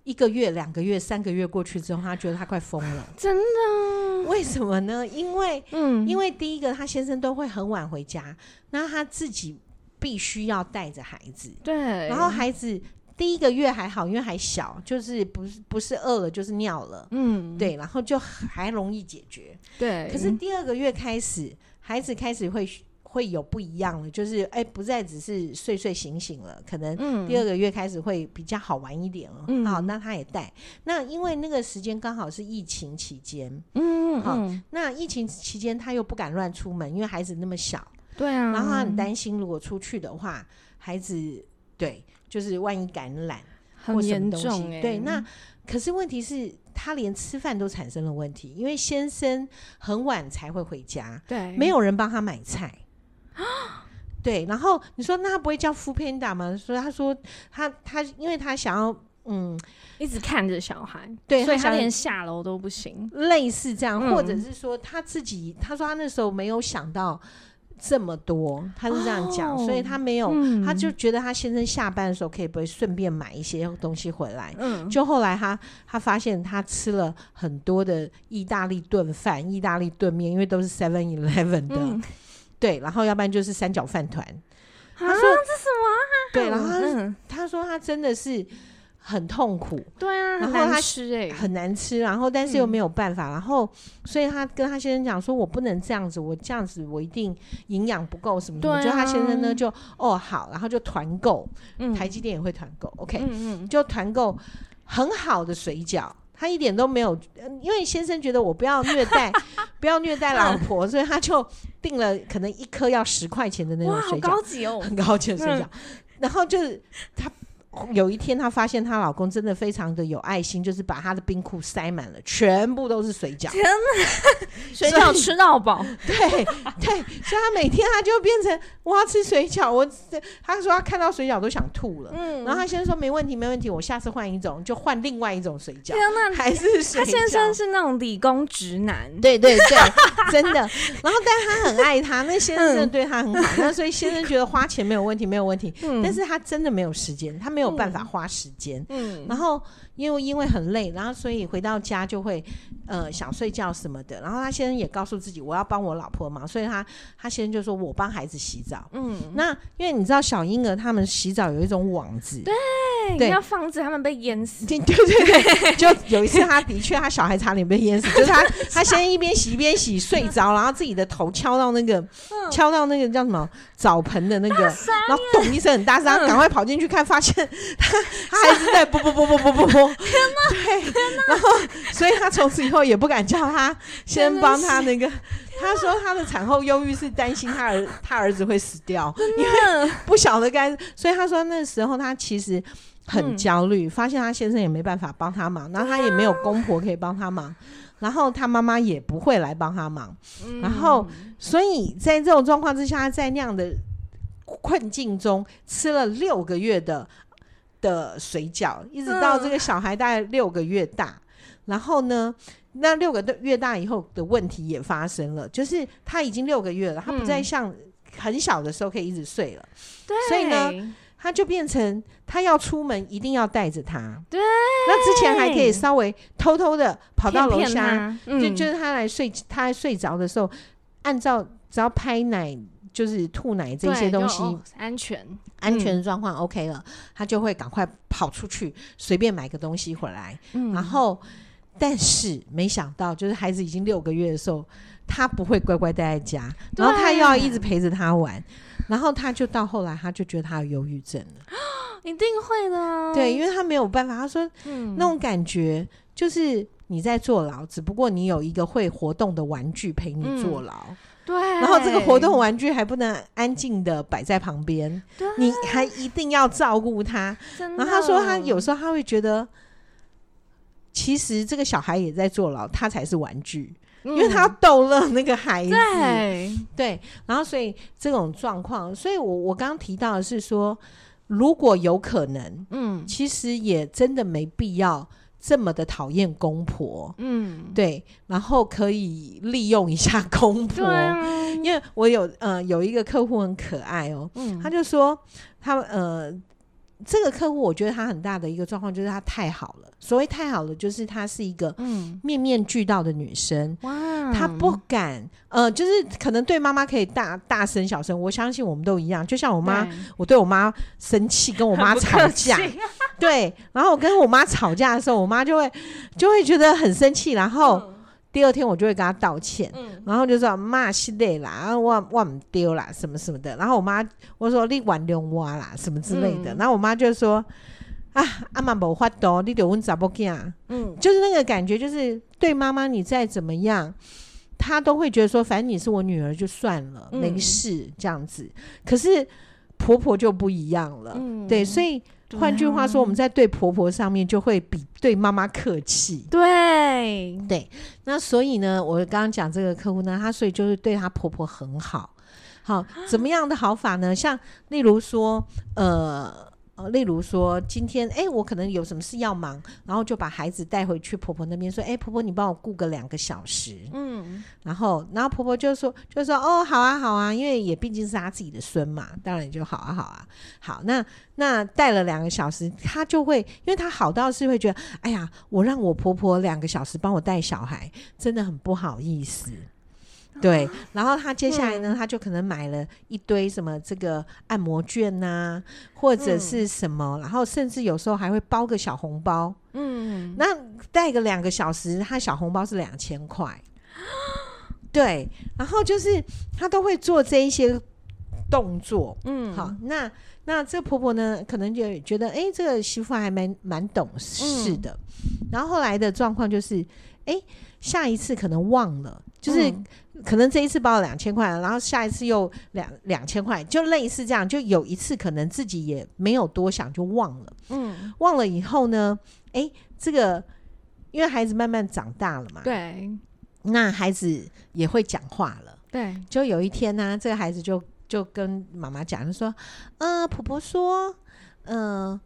一个月、两个月、三个月过去之后，他觉得他快疯了真的，啊为什么呢？因为嗯，因为为第一个，他先生都会很晚回家，那他自己必须要带着孩子，对，然后孩子第一个月还好，因为还小，就是不是不是饿了就是尿了，嗯，对，然后就还容易解决。对，可是第二个月开始，孩子开始会会有不一样了，就是哎，不再只是睡睡醒醒了，可能嗯，第二个月开始会比较好玩一点了。嗯好，那他也带。那因为那个时间刚好是疫情期间，嗯，嗯好嗯，那疫情期间他又不敢乱出门，因为孩子那么小，对啊，然后他很担心，如果出去的话，孩子对，就是万一感染很或什么严东西重，哎，对。那可是问题是，他连吃饭都产生了问题，因为先生很晚才会回家，对没有人帮他买菜。 对，然后你说那他不会叫 f o o Panda 吗？所以他说他他因为他想要嗯一直看着小孩，对所以他他想连下楼都不行，类似这样，嗯或者是说他自己他说他那时候没有想到这么多，他是这样讲，哦所以他没有、嗯他就觉得他先生下班的时候可以不会顺便买一些东西回来。嗯，就后来他他发现他吃了很多的意大利炖饭、意大利炖面，因为都是 Seven Eleven 的，嗯对，然后要不然就是三角饭团。啊他这说什么啊？对，然后他嗯，他说他真的是很痛苦，对啊，然很后难他吃哎，很难吃，然后但是又嗯没有办法，然后所以他跟他先生讲说，我不能这样子，我这样子我一定营养不够什么什么。对啊就他先生呢就哦好，然后就团购，嗯台积电也会团购，OK，、嗯嗯，就团购很好的水饺。他一点都没有，呃因为先生觉得我不要虐 待，不要虐待老婆，嗯所以他就订了可能一颗要十块钱的那种哇，好水饺高，级哦， 很高级的水饺。然后就是他有一天她发现她老公真的非常的有爱心，就是把她的冰库塞满了，全部都是水饺。天哪， 水饺吃到饱，对对，所以她每天她就变成我要吃水饺，我她说她看到水饺都想吐了。嗯然后她先生说没问题没问题，我下次换一种，就换另外一种水饺天，哪，还是水啊他饺。先生是那种理工直男，对对对，真的。然后，但他很爱他，那先生真的对他很好，那所以先生觉得花钱没有问题，没有问题。嗯但是他真的没有时间，他没有办法花时间。嗯然后因为因为很累，然后所以回到家就会呃想睡觉什么的。然后他先生也告诉自己，我要帮我老婆忙，所以他他先生就说我帮孩子洗澡。嗯，那因为你知道小婴儿他们洗澡有一种网子，对，对要防止他们被淹死。对对对 对，就有一次，他的确，他小孩差点被淹死，就是他他先一边洗一边洗睡着，然后自己的头敲到那个嗯敲到那个叫什么澡盆的那个，然后咚一声很大声，他赶快跑进去看，发现他他还是在啵啵啵啵啵啵啵，对，然后所以他从此以后也不敢叫他先帮他那个。他说他的产后忧郁是担心他儿他儿子会死掉，因为不晓得该，所以他说那时候他其实很焦虑，发现他先生也没办法帮他忙，然后他也没有公婆可以帮他忙，然后他妈妈也不会来帮他忙，嗯然后所以在这种状况之下，他在那样的困境中吃了六个月的的水饺，一直到这个小孩大概六个月大，然后呢，那六个月大以后的问题也发生了，就是他已经六个月了，他不再嗯像很小的时候可以一直睡了。对，所以呢，他就变成他要出门一定要带着他。对，那之前还可以稍微偷偷的跑到楼骗骗下，他，就嗯，就是他来睡，他睡着的时候，按照只要拍奶就是吐奶这些对东就西，哦嗯安全，安全状况 OK 了，他就会赶快跑出去随便买个东西回来，嗯然后。但是没想到，就是孩子已经六个月的时候，他不会乖乖待在家，然后他又要一直陪着他玩，然后他就到后来，他就觉得他有忧郁症了。一定会的啊，对，因为他没有办法，他说嗯，那种感觉就是你在坐牢，只不过你有一个会活动的玩具陪你嗯坐牢，对，然后这个活动玩具还不能安静的摆在旁边对，啊你还一定要照顾他。真的，然后他说他有时候他会觉得。其实这个小孩也在坐牢，他才是玩具，嗯，因为他要逗乐那个孩子。对，对，然后所以这种状况，所以我我刚刚提到的是说，如果有可能，嗯其实也真的没必要这么的讨厌公婆，嗯，对，然后可以利用一下公对婆，啊，因为我有呃有一个客户很可爱哦，嗯他就说他呃这个客户我觉得他很大的一个状况就是他太好了，所谓太好了就是她是一个嗯面面俱到的女生，哇，他不敢，呃，就是可能对妈妈可以大大声小声，我相信我们都一样。就像我妈，对我对我妈生气，跟我 妈吵架， 对，然后我跟我妈吵架的时候，我妈就会就会觉得很生气，然后，第二天我就会跟她道歉，嗯然后就说妈是累啦，啊我我唔丢啦，什么什么的。然后我妈我说你原谅我啦，什么之类的。嗯然后我妈就说啊阿妈无法度，你得问查某囝。嗯就是那个感觉，就是对妈妈你再怎么样，她都会觉得说，反正你是我女儿就算了，嗯没事这样子。可是婆婆就不一样了，嗯对，所以对换句话说，啊我们在对婆婆上面就会比对妈妈客气。对，那所以呢，我刚刚讲这个客户呢，她所以就是对她婆婆很好。好，怎么样的好法呢？像例如说，呃。呃，例如说，今天哎、我可能有什么事要忙，然后就把孩子带回去婆婆那边，说，哎、婆婆，你帮我顾个两个小时。嗯然后，然后婆婆就说，就说，哦，好啊，好啊，因为也毕竟是她自己的孙嘛，当然就好啊，好啊，好。那那带了两个小时，她就会，因为她好到是会觉得，哎呀，我让我婆婆两个小时帮我带小孩，真的很不好意思。对，然后她接下来呢，她就可能买了一堆什么这个按摩券呐、或者是什么，然后甚至有时候还会包个小红包。嗯，那带个两个小时，他小红包是两千块。 对，然后就是他都会做这一些动作。嗯好，那那这婆婆呢，可能就觉得，哎、这个媳妇还蛮蛮懂嗯事的。然后后来的状况就是，哎、下一次可能忘了，就是嗯可能这一次包了两千块，然后下一次又两两千块，就类似这样。就有一次可能自己也没有多想，就忘了，嗯，忘了以后呢，诶，这个因为孩子慢慢长大了嘛，，对那孩子也会讲话了。对，就有一天呢、这个孩子就就跟妈妈讲，就说：“呃，婆婆说，呃，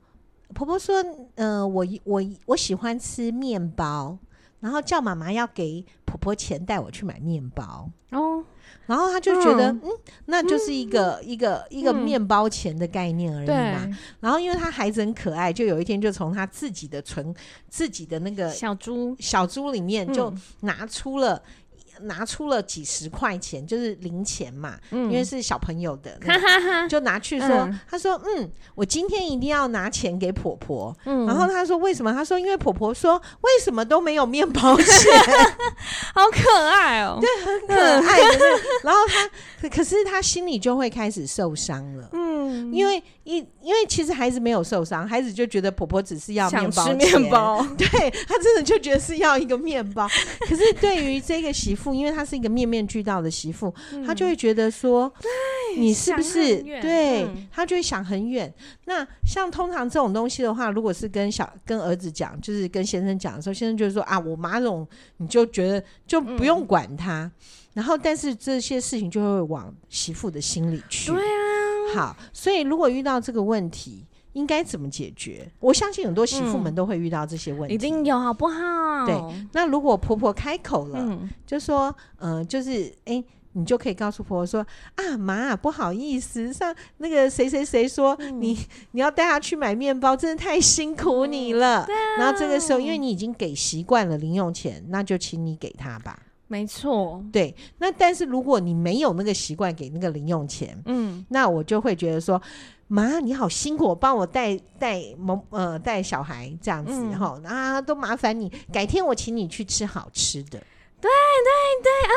婆婆说，呃，我我我喜欢吃面包，然后叫妈妈要给婆婆钱带我去买面包。”哦，然后他就觉得，嗯嗯那就是一个、一个一个嗯面包钱的概念而已对，嘛。然后因为他孩子很可爱，就有一天就从他自己的存自己的那个小猪小猪里面就嗯拿出了、拿出了几十块钱，就是零钱嘛，嗯因为是小朋友 的那哈个。哈哈，就拿去说，嗯他说：“嗯，我今天一定要拿钱给婆婆。嗯然后他说：“为什么？”他说：“因为婆婆说为什么都没有面 包钱。”好可爱哦，对，可爱的那个，然后他可可是他心里就会开始受伤了。嗯因为一，因为其实孩子没有受伤，孩子就觉得婆婆只是要面想包吃钱，面包， 对他真的就觉得是要一个面包。可是对于这个媳妇，因为她是一个面面俱到的媳妇，她就会觉得说，你是不嗯想是很远对嗯？她就会想很远。那像通常这种东西的话，如果是跟小跟儿子讲，就是跟先生讲的时候，先生就会说啊，我妈这种你就觉得就不嗯用管他。然后，但是这些事情就会往媳妇的心里去。对啊，好，所以如果遇到这个问题，应该怎么解决？我相信很多媳妇们嗯都会遇到这些问题。一定有好不好？对，那如果婆婆开口了，嗯，就说，呃，就是，哎、你就可以告诉婆婆说，啊，妈，不好意思，上那个谁谁谁说、你你要带她去买面包，真的太辛苦你了。然后这个时候，因为你已经给习惯了零用钱，那就请你给她吧。没错，对，那但是如果你没有那个习惯给那个零用钱，嗯，那我就会觉得说，妈，你好辛苦，帮我带带某呃带小孩这样子嗯哈、啊，都麻烦你，改天我请你去吃好吃的，就啊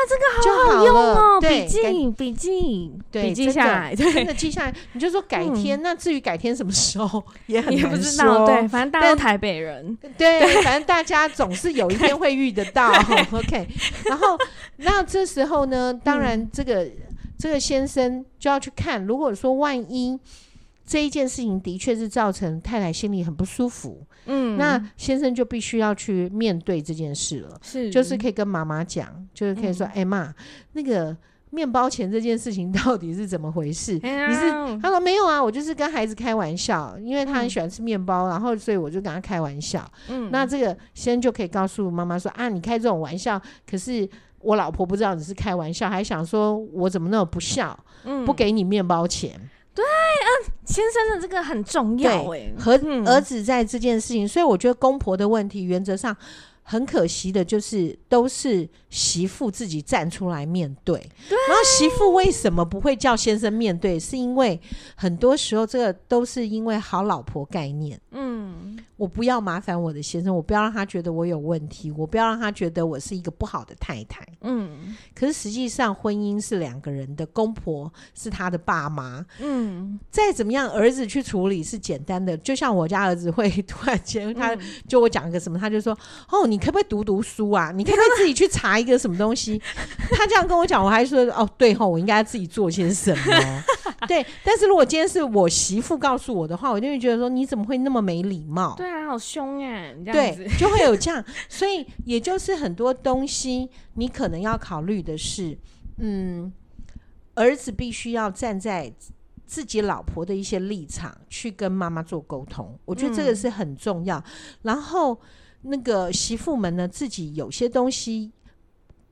好好好用了哦，对笔记笔记对笔真记的下来，真对，的记下来，你就说改天。那至于改天什么时候，也很嗯也难不知道，说对，反正大家都但台北人， 对，反正大家总是有一天会遇得到。OK，然后那这时候呢，当然这个、这个先生就要去看，如果说万一这一件事情的确是造成太太心里很不舒服，嗯，那先生就必须要去面对这件事了，是就是可以跟妈妈讲，就是可以嗯说，哎、妈、那个面包钱这件事情到底是怎么回事？哎呀你是他说没有啊，我就是跟孩子开玩笑，因为他很喜欢吃面包，然后所以我就跟他开玩笑。嗯那这个先就可以告诉妈妈说啊，你开这种玩笑，可是我老婆不知道你是开玩笑，还想说我怎么那么不孝，嗯不给你面包钱。先生的这个很重要哎，和嗯儿子在这件事情，所以我觉得公婆的问题原则上。很可惜的就是，都是媳妇自己站出来面对。然后媳妇为什么不会叫先生面对？是因为很多时候这个都是因为好老婆概念。嗯，我不要麻烦我的先生，我不要让他觉得我有问题，我不要让他觉得我是一个不好的太太。嗯可是实际上，婚姻是两个人的，公婆是他的爸妈，嗯，再怎么样，儿子去处理是简单的。就像我家儿子会 突然间，他、嗯就我讲个什么，他就说：“哦，你可不可以读读书啊？你可不可以自己去查一个什么东西？” 他这样跟我讲，我还说：“哦，对吼，我应该自己做些什么。” 对，但是如果今天是我媳妇告诉我的话，我就会觉得说：“你怎么会那么没礼貌？”对啊，好凶哎，你这样对子，，就会有这样。 所以也就是很多东西，你可能要考虑的是，嗯，儿子必须要站在自己老婆的一些立场去跟妈妈做沟通，我觉得这个嗯是很重要。然后那个媳妇们呢，自己有些东西。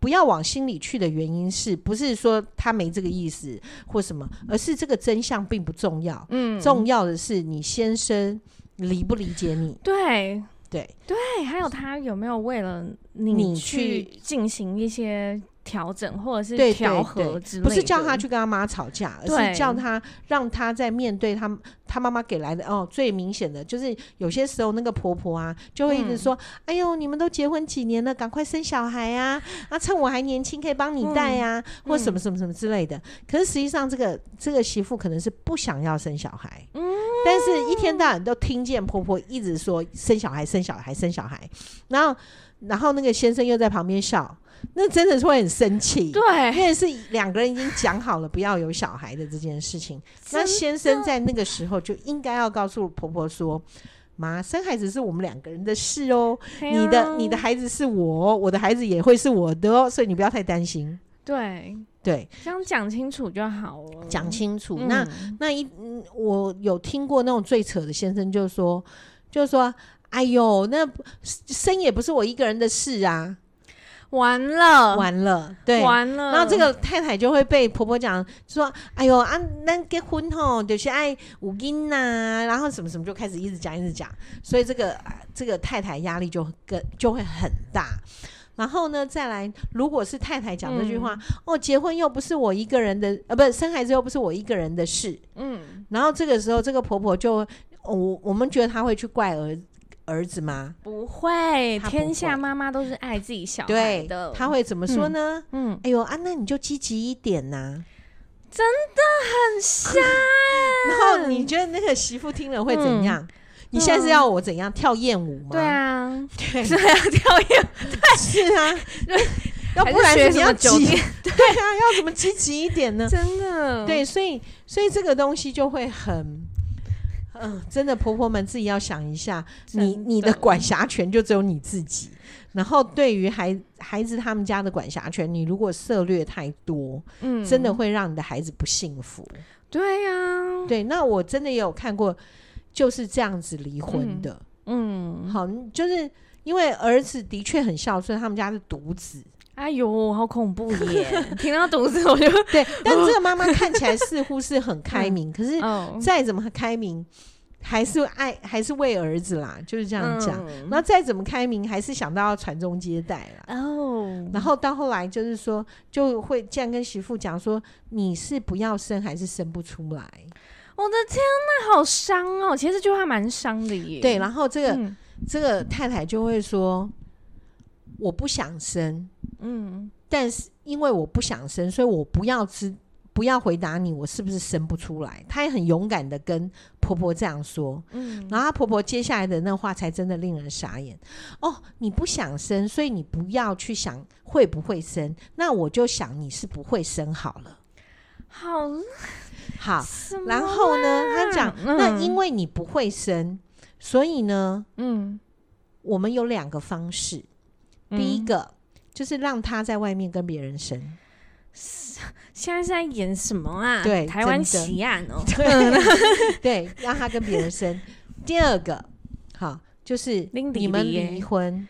不要往心里去的原因是不是说他没这个意思或什么，而是这个真相并不重要，嗯，重要的是你先生理不理解你。对对，对，还有他有没有为了你你去去进行一些调整或者对是对调和对之类的？不是叫他去跟他妈吵架，而对是叫他让他在面对他他妈妈给来的哦，最明显的就是有些时候那个婆婆啊，就会一直嗯说：“哎呦，你们都结婚几年了，赶快生小孩啊！啊，趁我还年轻可以帮你带啊，嗯或什么什么什么之类的。”可是实际上，这个这个媳妇可能是不想要生小孩，嗯但是一天到晚都听见婆婆一直说生小孩、生小孩、生小孩，然后然后那个先生又在旁边笑，那真的是会很生气。 对，哎因为是两个人已经讲好了不要有小孩的这件事情，那真先生在那个时候就应该要告诉婆婆说：“妈，生孩子是我们两个人的事哦，嘿你的啊你的孩子是我哦，我的孩子也会是我的哦，所以你不要太担心。对，”对，这样讲清楚就好了。讲清楚。嗯那那一嗯我有听过那种最扯的先生就说，就说：“哎呦，那不生也不是我一个人的事啊，完了，完了，对，完了。然后这个太太就会被婆婆讲说：“哎呦啊，那结婚吼就是爱五金呐，然后什么什么就开始一直讲一直讲，所以这个啊这个太太压力就更就会很大。然后呢，再来，如果是太太讲这句嗯话，哦，结婚又不是我一个人的，呃，不是生孩子又不是我一个人的事。嗯，然后这个时候，这个婆婆就，哦我我们觉得她会去怪儿儿子吗？不会，他不天下会妈妈都是爱自己小孩对的。，她会怎么说呢？嗯，哎呦啊，那你就积极一点呐、很像 然后你觉得那个媳妇听了会怎样？你现在是要我怎样跳艳舞 吗？嗯对，啊，对， 对啊，跳跃，是啊对，要不然还是学你什要么积，酒店对啊，要怎么积极一点 呢？ 真的，对，所以所以这个东西就会很。嗯，真的，婆婆们自己要想一下，你真你的的管辖权就只有你自己。然后对于孩孩子他们家的管辖权，你如果涉略太多，嗯，真的会让你的孩子不幸福。对呀，对，那我真的也有看过就是这样子离婚嗯的。嗯，好，就是因为儿子的确很孝顺，他们家是独子，哎呦，好恐怖耶！ 听到独子我就对。但这个妈妈看起来似乎 是很开明，可是哦再怎么开明，还是爱，还是为儿子啦，就是这这样讲。嗯然后再怎么开明，还是想到要传宗接代啦。哦，然后到后来就是说，就会这样跟媳妇讲说，你是不要生还是生不出来？我的哦天呐，好伤哦！其实这句话蛮伤的耶。对，然后这个、嗯这个太太就会说，我不想生，嗯，但是因为我不想生，所以我不要知不要回答你，我是不是生不出来？她也很勇敢的跟婆婆这样说，嗯然后她婆婆接下来的那话才真的令人傻眼。哦，你不想生，所以你不要去想会不会生，那我就想你是不会生好了。好好，什么啊？然后呢，她讲，嗯那因为你不会生，所以呢，嗯，我们有两个方式，嗯第一个。就是让她在外面跟别人生，现在是在演什么啊？对台湾真的奇案 哦。对对，让他跟别 人生。第二个，好，就是拎弟你们弟耶离婚，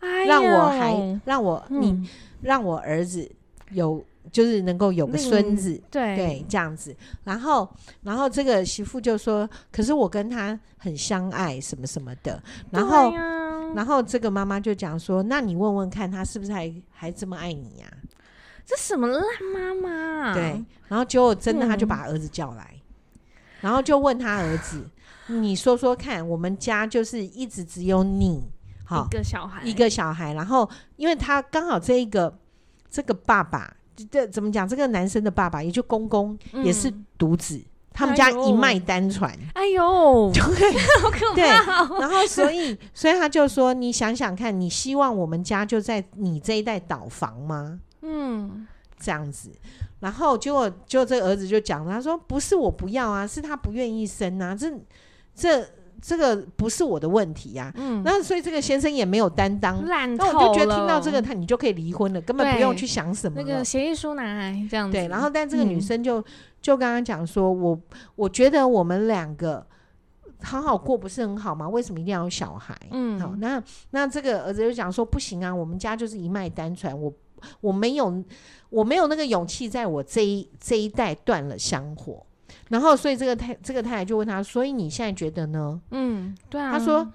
哎呦，让我还让我你嗯让我儿子有，就是能够有个另孙子，嗯对对，这样子。然后然后这个媳妇就说：“可是我跟他很相爱，什么什么的。”然后对啊然后这个妈妈就讲说：“那你问问看，他是不是还还这么爱你啊呀、这什么烂妈妈？啊对，，然后结果真的他就嗯把儿子叫来，然后就问他儿 子：“你说说看，我们家就是一直只有你，好一个小孩，一个小孩，然后因为他刚好这一个这个爸爸，这怎么讲？这个男生的爸爸，也就公公，嗯也是独子，他们家哎呦一脉单传。哎呦，对，好可对怕哦！然后所以， 所以他就说：“你想想看，你希望我们家就在你这一代倒房吗？”嗯，这样子。然后结果，结果这个儿子就讲了，他说：“不是我不要啊，是他不愿意生啊，这这这个不是我的问题呀、啊。嗯那所以这个先生也没有担当。烂那透我就觉得了听到这个，他你就可以离婚了，根本不对用去想什么那了个。协议书拿来这样子，对，然后但这个女嗯生就、就刚刚讲说，我我觉得我们两个好好过不是很好吗？为什么一定要有小孩？嗯好，那那这个儿子就讲说不行啊，我们家就是一脉单传，我我没有我没有那个勇气，在我这一这一代断了香火。然后，所以这个太这个太太就问他，所以你现在觉得呢？嗯，对啊，他说，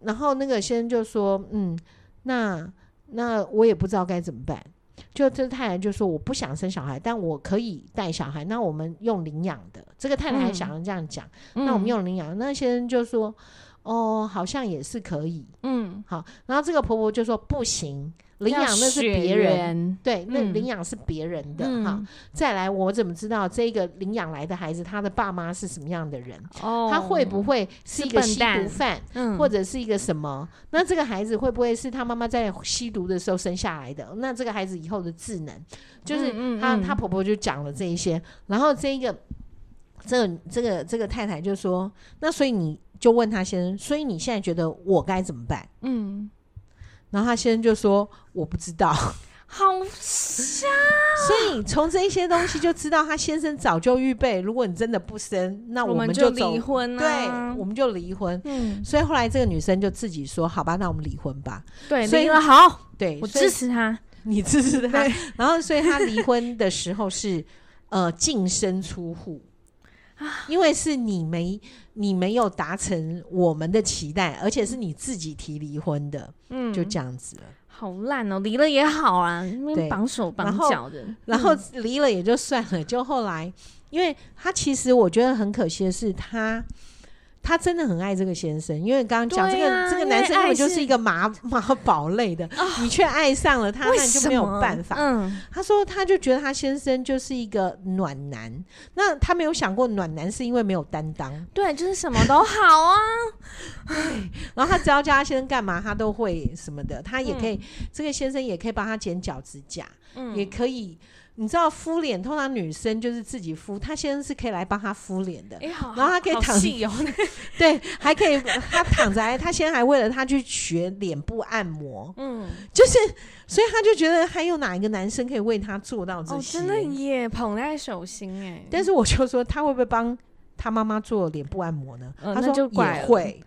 然后那个先生就说，嗯，那那我也不知道该怎么办。就这太太就说我不想生小孩，但我可以带小孩，那我们用领养的。这个太太还嗯想要这样讲，嗯，那我们用领养。那先生就说，哦，好像也是可以。嗯，好，然后这个婆婆就说不行，领养那是别人，人对，那嗯领养是别人的哈、嗯，再来，我怎么知道这个领养来的孩子他的爸妈是什么样的人？哦，他会不会是一个是吸笨蛋毒犯，嗯或者是一个什么？那这个孩子会不会是他妈妈在吸毒的时候生下来的？那这个孩子以后的智能，就是嗯嗯她嗯她婆婆就讲了这一些，然后这一个这个这个这个太太就说：“那所以你就问她先生，所以你现在觉得我该怎么办嗯，？”然后她先生就说：“我不知道。” 好像所以从这一些东西就知道，她先生早就预备，如果你真的不生，那我们就走离，婚对啊，，我们就离婚。嗯，所以后来这个女生就自己说：“好吧，那我们离婚吧。对，所以离了好，”对，我所以支持他，你支持她。 然后，所以她离婚的时候是呃净身出户，啊因为是你没你没有达成我们的期待，而且是你自己提离婚的，嗯，就这样子了。好烂哦，离了也好啊，因对为绑手绑然后脚的，然后离了也就算了，就后来，因为她其实我觉得很可惜的是她。她真的很爱这个先生，因为刚刚讲这对个、啊这个因为男生根爱本就是是啊一 个妈妈宝类的，你却爱上了他，为那你就没有什么办法。嗯，他说，他就觉得他先生就是一个暖男，那他没有想过暖男是因为没有担当，对，就是什么都好啊，然后他只要叫他先生干嘛，他都会什么的，他也可以，这个先生也可以帮他剪脚趾甲，嗯， 也可以，你知道敷脸，通常女生就是自己敷，她先生是可以来帮她敷脸的，哎、好，然后他可以好躺细哦， 对，还可以她躺着还，她先生还为了她去学脸部按摩，嗯，就是，所以她就觉得还有哪一个男生可以为她做到这哦，些？真的耶，捧在手心哎，但是我就说，她会不会帮她妈妈做脸部按摩呢？呃她那说就怪也了会，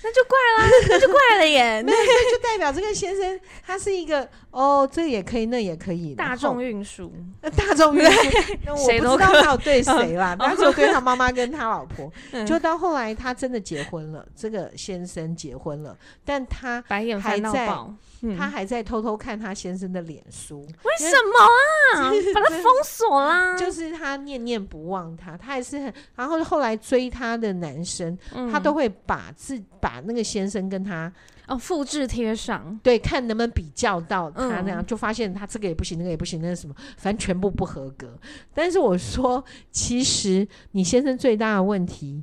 那就怪了，那就怪了 耶，那就代表这个先生他是一个哦，这也可以，那也可以，大然后众运输，呃 大众运输，那我谁不都知道可他有对谁啦，嗯他就对他妈妈跟他老婆。嗯就到后来，他真的结婚了，这个先生结婚了，但他白眼还翻到在爆，嗯他还在偷偷看他先生的脸书，为什么啊？把它封锁 啦！就是他念念不忘他，他还是很。然后后来追他的男生，嗯他都会把自把那个先生跟他哦复制贴上，对看能不能比较到他那样，嗯就发现他这个也不行，那个也不行，那个什么，反正全部不合格。但是我说，其实你先生最大的问题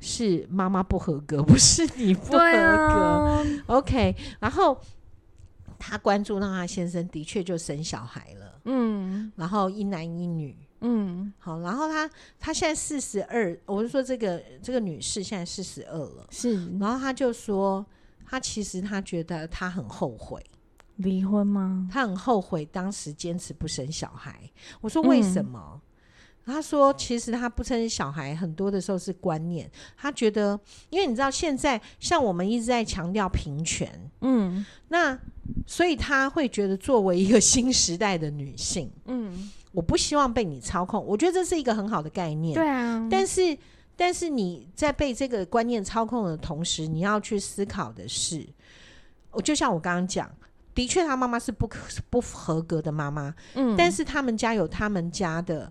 是妈妈不合格，不是你不合对格。啊， OK，然后他关注到他先生的确就生小孩了，嗯然后一男一女。嗯，好，然后他他现在四十二，我是说这个这个女士现在四十二了，是然后他就说，他其实他觉得他很后悔，离婚吗？他很后悔当时坚持不生小孩。我说为什么？他说其实他不生小孩，很多的时候是观念，他觉得，因为你知道现在像我们一直在强调平权，嗯那所以他会觉得作为一个新时代的女性， 嗯，我不希望被你操控。我觉得这是一个很好的概念。对啊，但是，但是你在被这个观念操控的同时，你要去思考的是，我就像我刚刚讲，的确他妈妈是不可不合格的妈妈，嗯，但是他们家有他们家的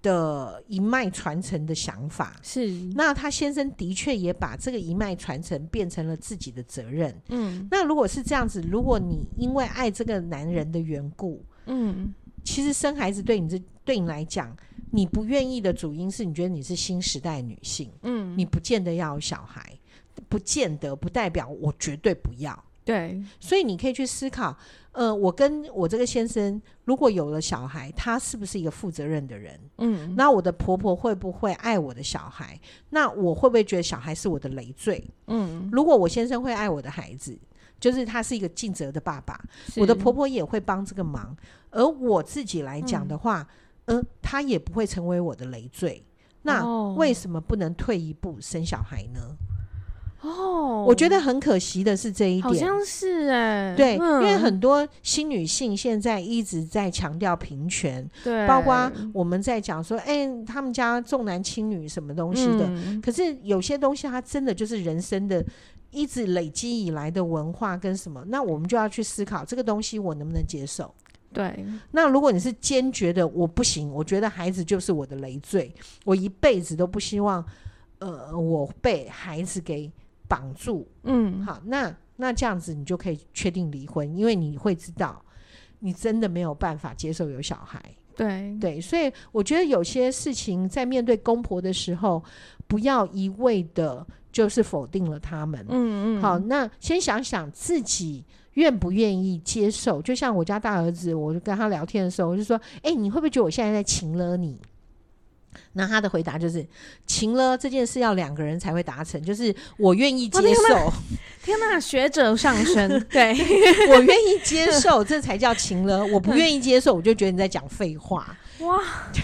的一脉传承的想法。是那他先生的确也把这个一脉传承变成了自己的责任。嗯那如果是这样子，如果你因为爱这个男人的缘故，嗯其实生孩子对你这对你来讲，你不愿意的主因是你觉得你是新时代女性。嗯，你不见得要有小孩，不见得不代表我绝对不要。对，所以你可以去思考，呃，我跟我这个先生如果有了小孩，他是不是一个负责任的人？嗯那我的婆婆会不会爱我的小孩？那我会不会觉得小孩是我的累赘？嗯，如果我先生会爱我的孩子，就是他是一个尽责的爸爸，我的婆婆婆也会帮这个忙，而我自己来讲嗯的话，呃，他也不会成为我的累赘。那为什么不能退一步生小孩呢？哦，我觉得很可惜的是这一好点。像是哎，对，因嗯为很多新女性现在一直在强调平权，对，包括我们在讲说，哎、他们家重男轻女什么东西的。嗯可是有些东西，它真的就是人生的一直累积以来的文化跟什么，那我们就要去思考这个东西我能不能接受。对，那如果你是坚决的，我不行，我觉得孩子就是我的累赘，我一辈子都不希望，呃，我被孩子给绑住，嗯，好，那那这样子你就可以确定离婚，因为你会知道你真的没有办法接受有小孩。对对，所以我觉得有些事情在面对公婆的时候，不要一味的就是否定了他们。嗯嗯，好，那先想想自己愿不愿意接受。就像我家大儿子，我就跟他聊天的时候，我就说：“哎、你会不会觉得我现在在情了你？”那他的回答就是：“情了这件事要两个人才会达成，就是我愿意接我的受，天哪，学者上身， 对，我愿意接受，这才叫情了。我不愿意接受，我就觉得你在讲废话。哇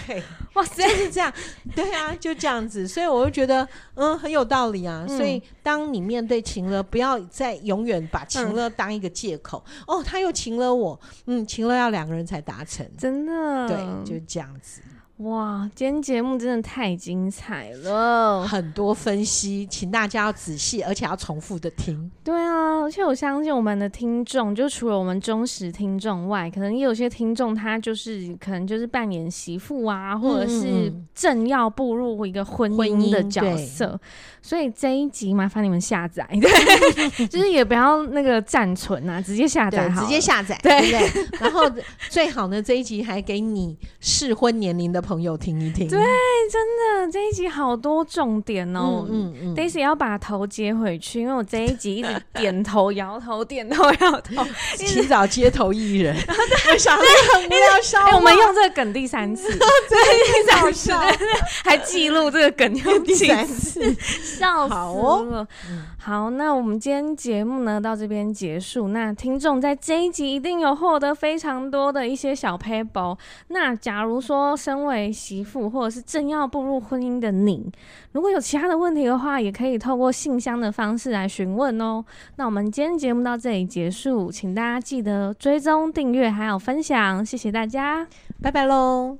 对，哇 塞，就是这样，对啊，就这样子，所以我就觉得，嗯，很有道理啊。所以，当你面对情了，不要再永远把情了当一个借口。哦，他又情了我，嗯，情了要两个人才达成，真的，对，就这样子。哇，今天节目真的太精彩了。很多分析，请大家要仔细，而且要重复的听。对啊，而且我相信我们的听众，就除了我们忠实听众外，可能也有些听众他就是可能就是扮演媳妇啊，或者是嗯正要步入一个婚婚姻姻的角色，所以这一集麻烦你们下载， 对，就是也不要那个暂存啊，直接下载对，好了，直接下载，对对不对？ 然后最好呢，这一集还给你适婚年龄的朋友听一听。对哎真的这一集好多重点哦、嗯，嗯嗯 Daisy 要把头接回去，因为我这一集一直点头摇头，点头摇 头。寻找街头艺 人，我想说很无聊，笑哎、话。我们用这个梗第三次， 第三次，好笑还记录这个梗用 第几三次次，笑死好哦了。嗯好，那我们今天节目呢到这边结束。那听众在这一集一定有获得非常多的一些小 paper。那假如说身为媳妇或者是正要步入婚姻的你，如果有其他的问题的话，也可以透过信箱的方式来询问哦。那我们今天节目到这里结束，请大家记得追踪、订阅还有分享，谢谢大家。拜拜喽。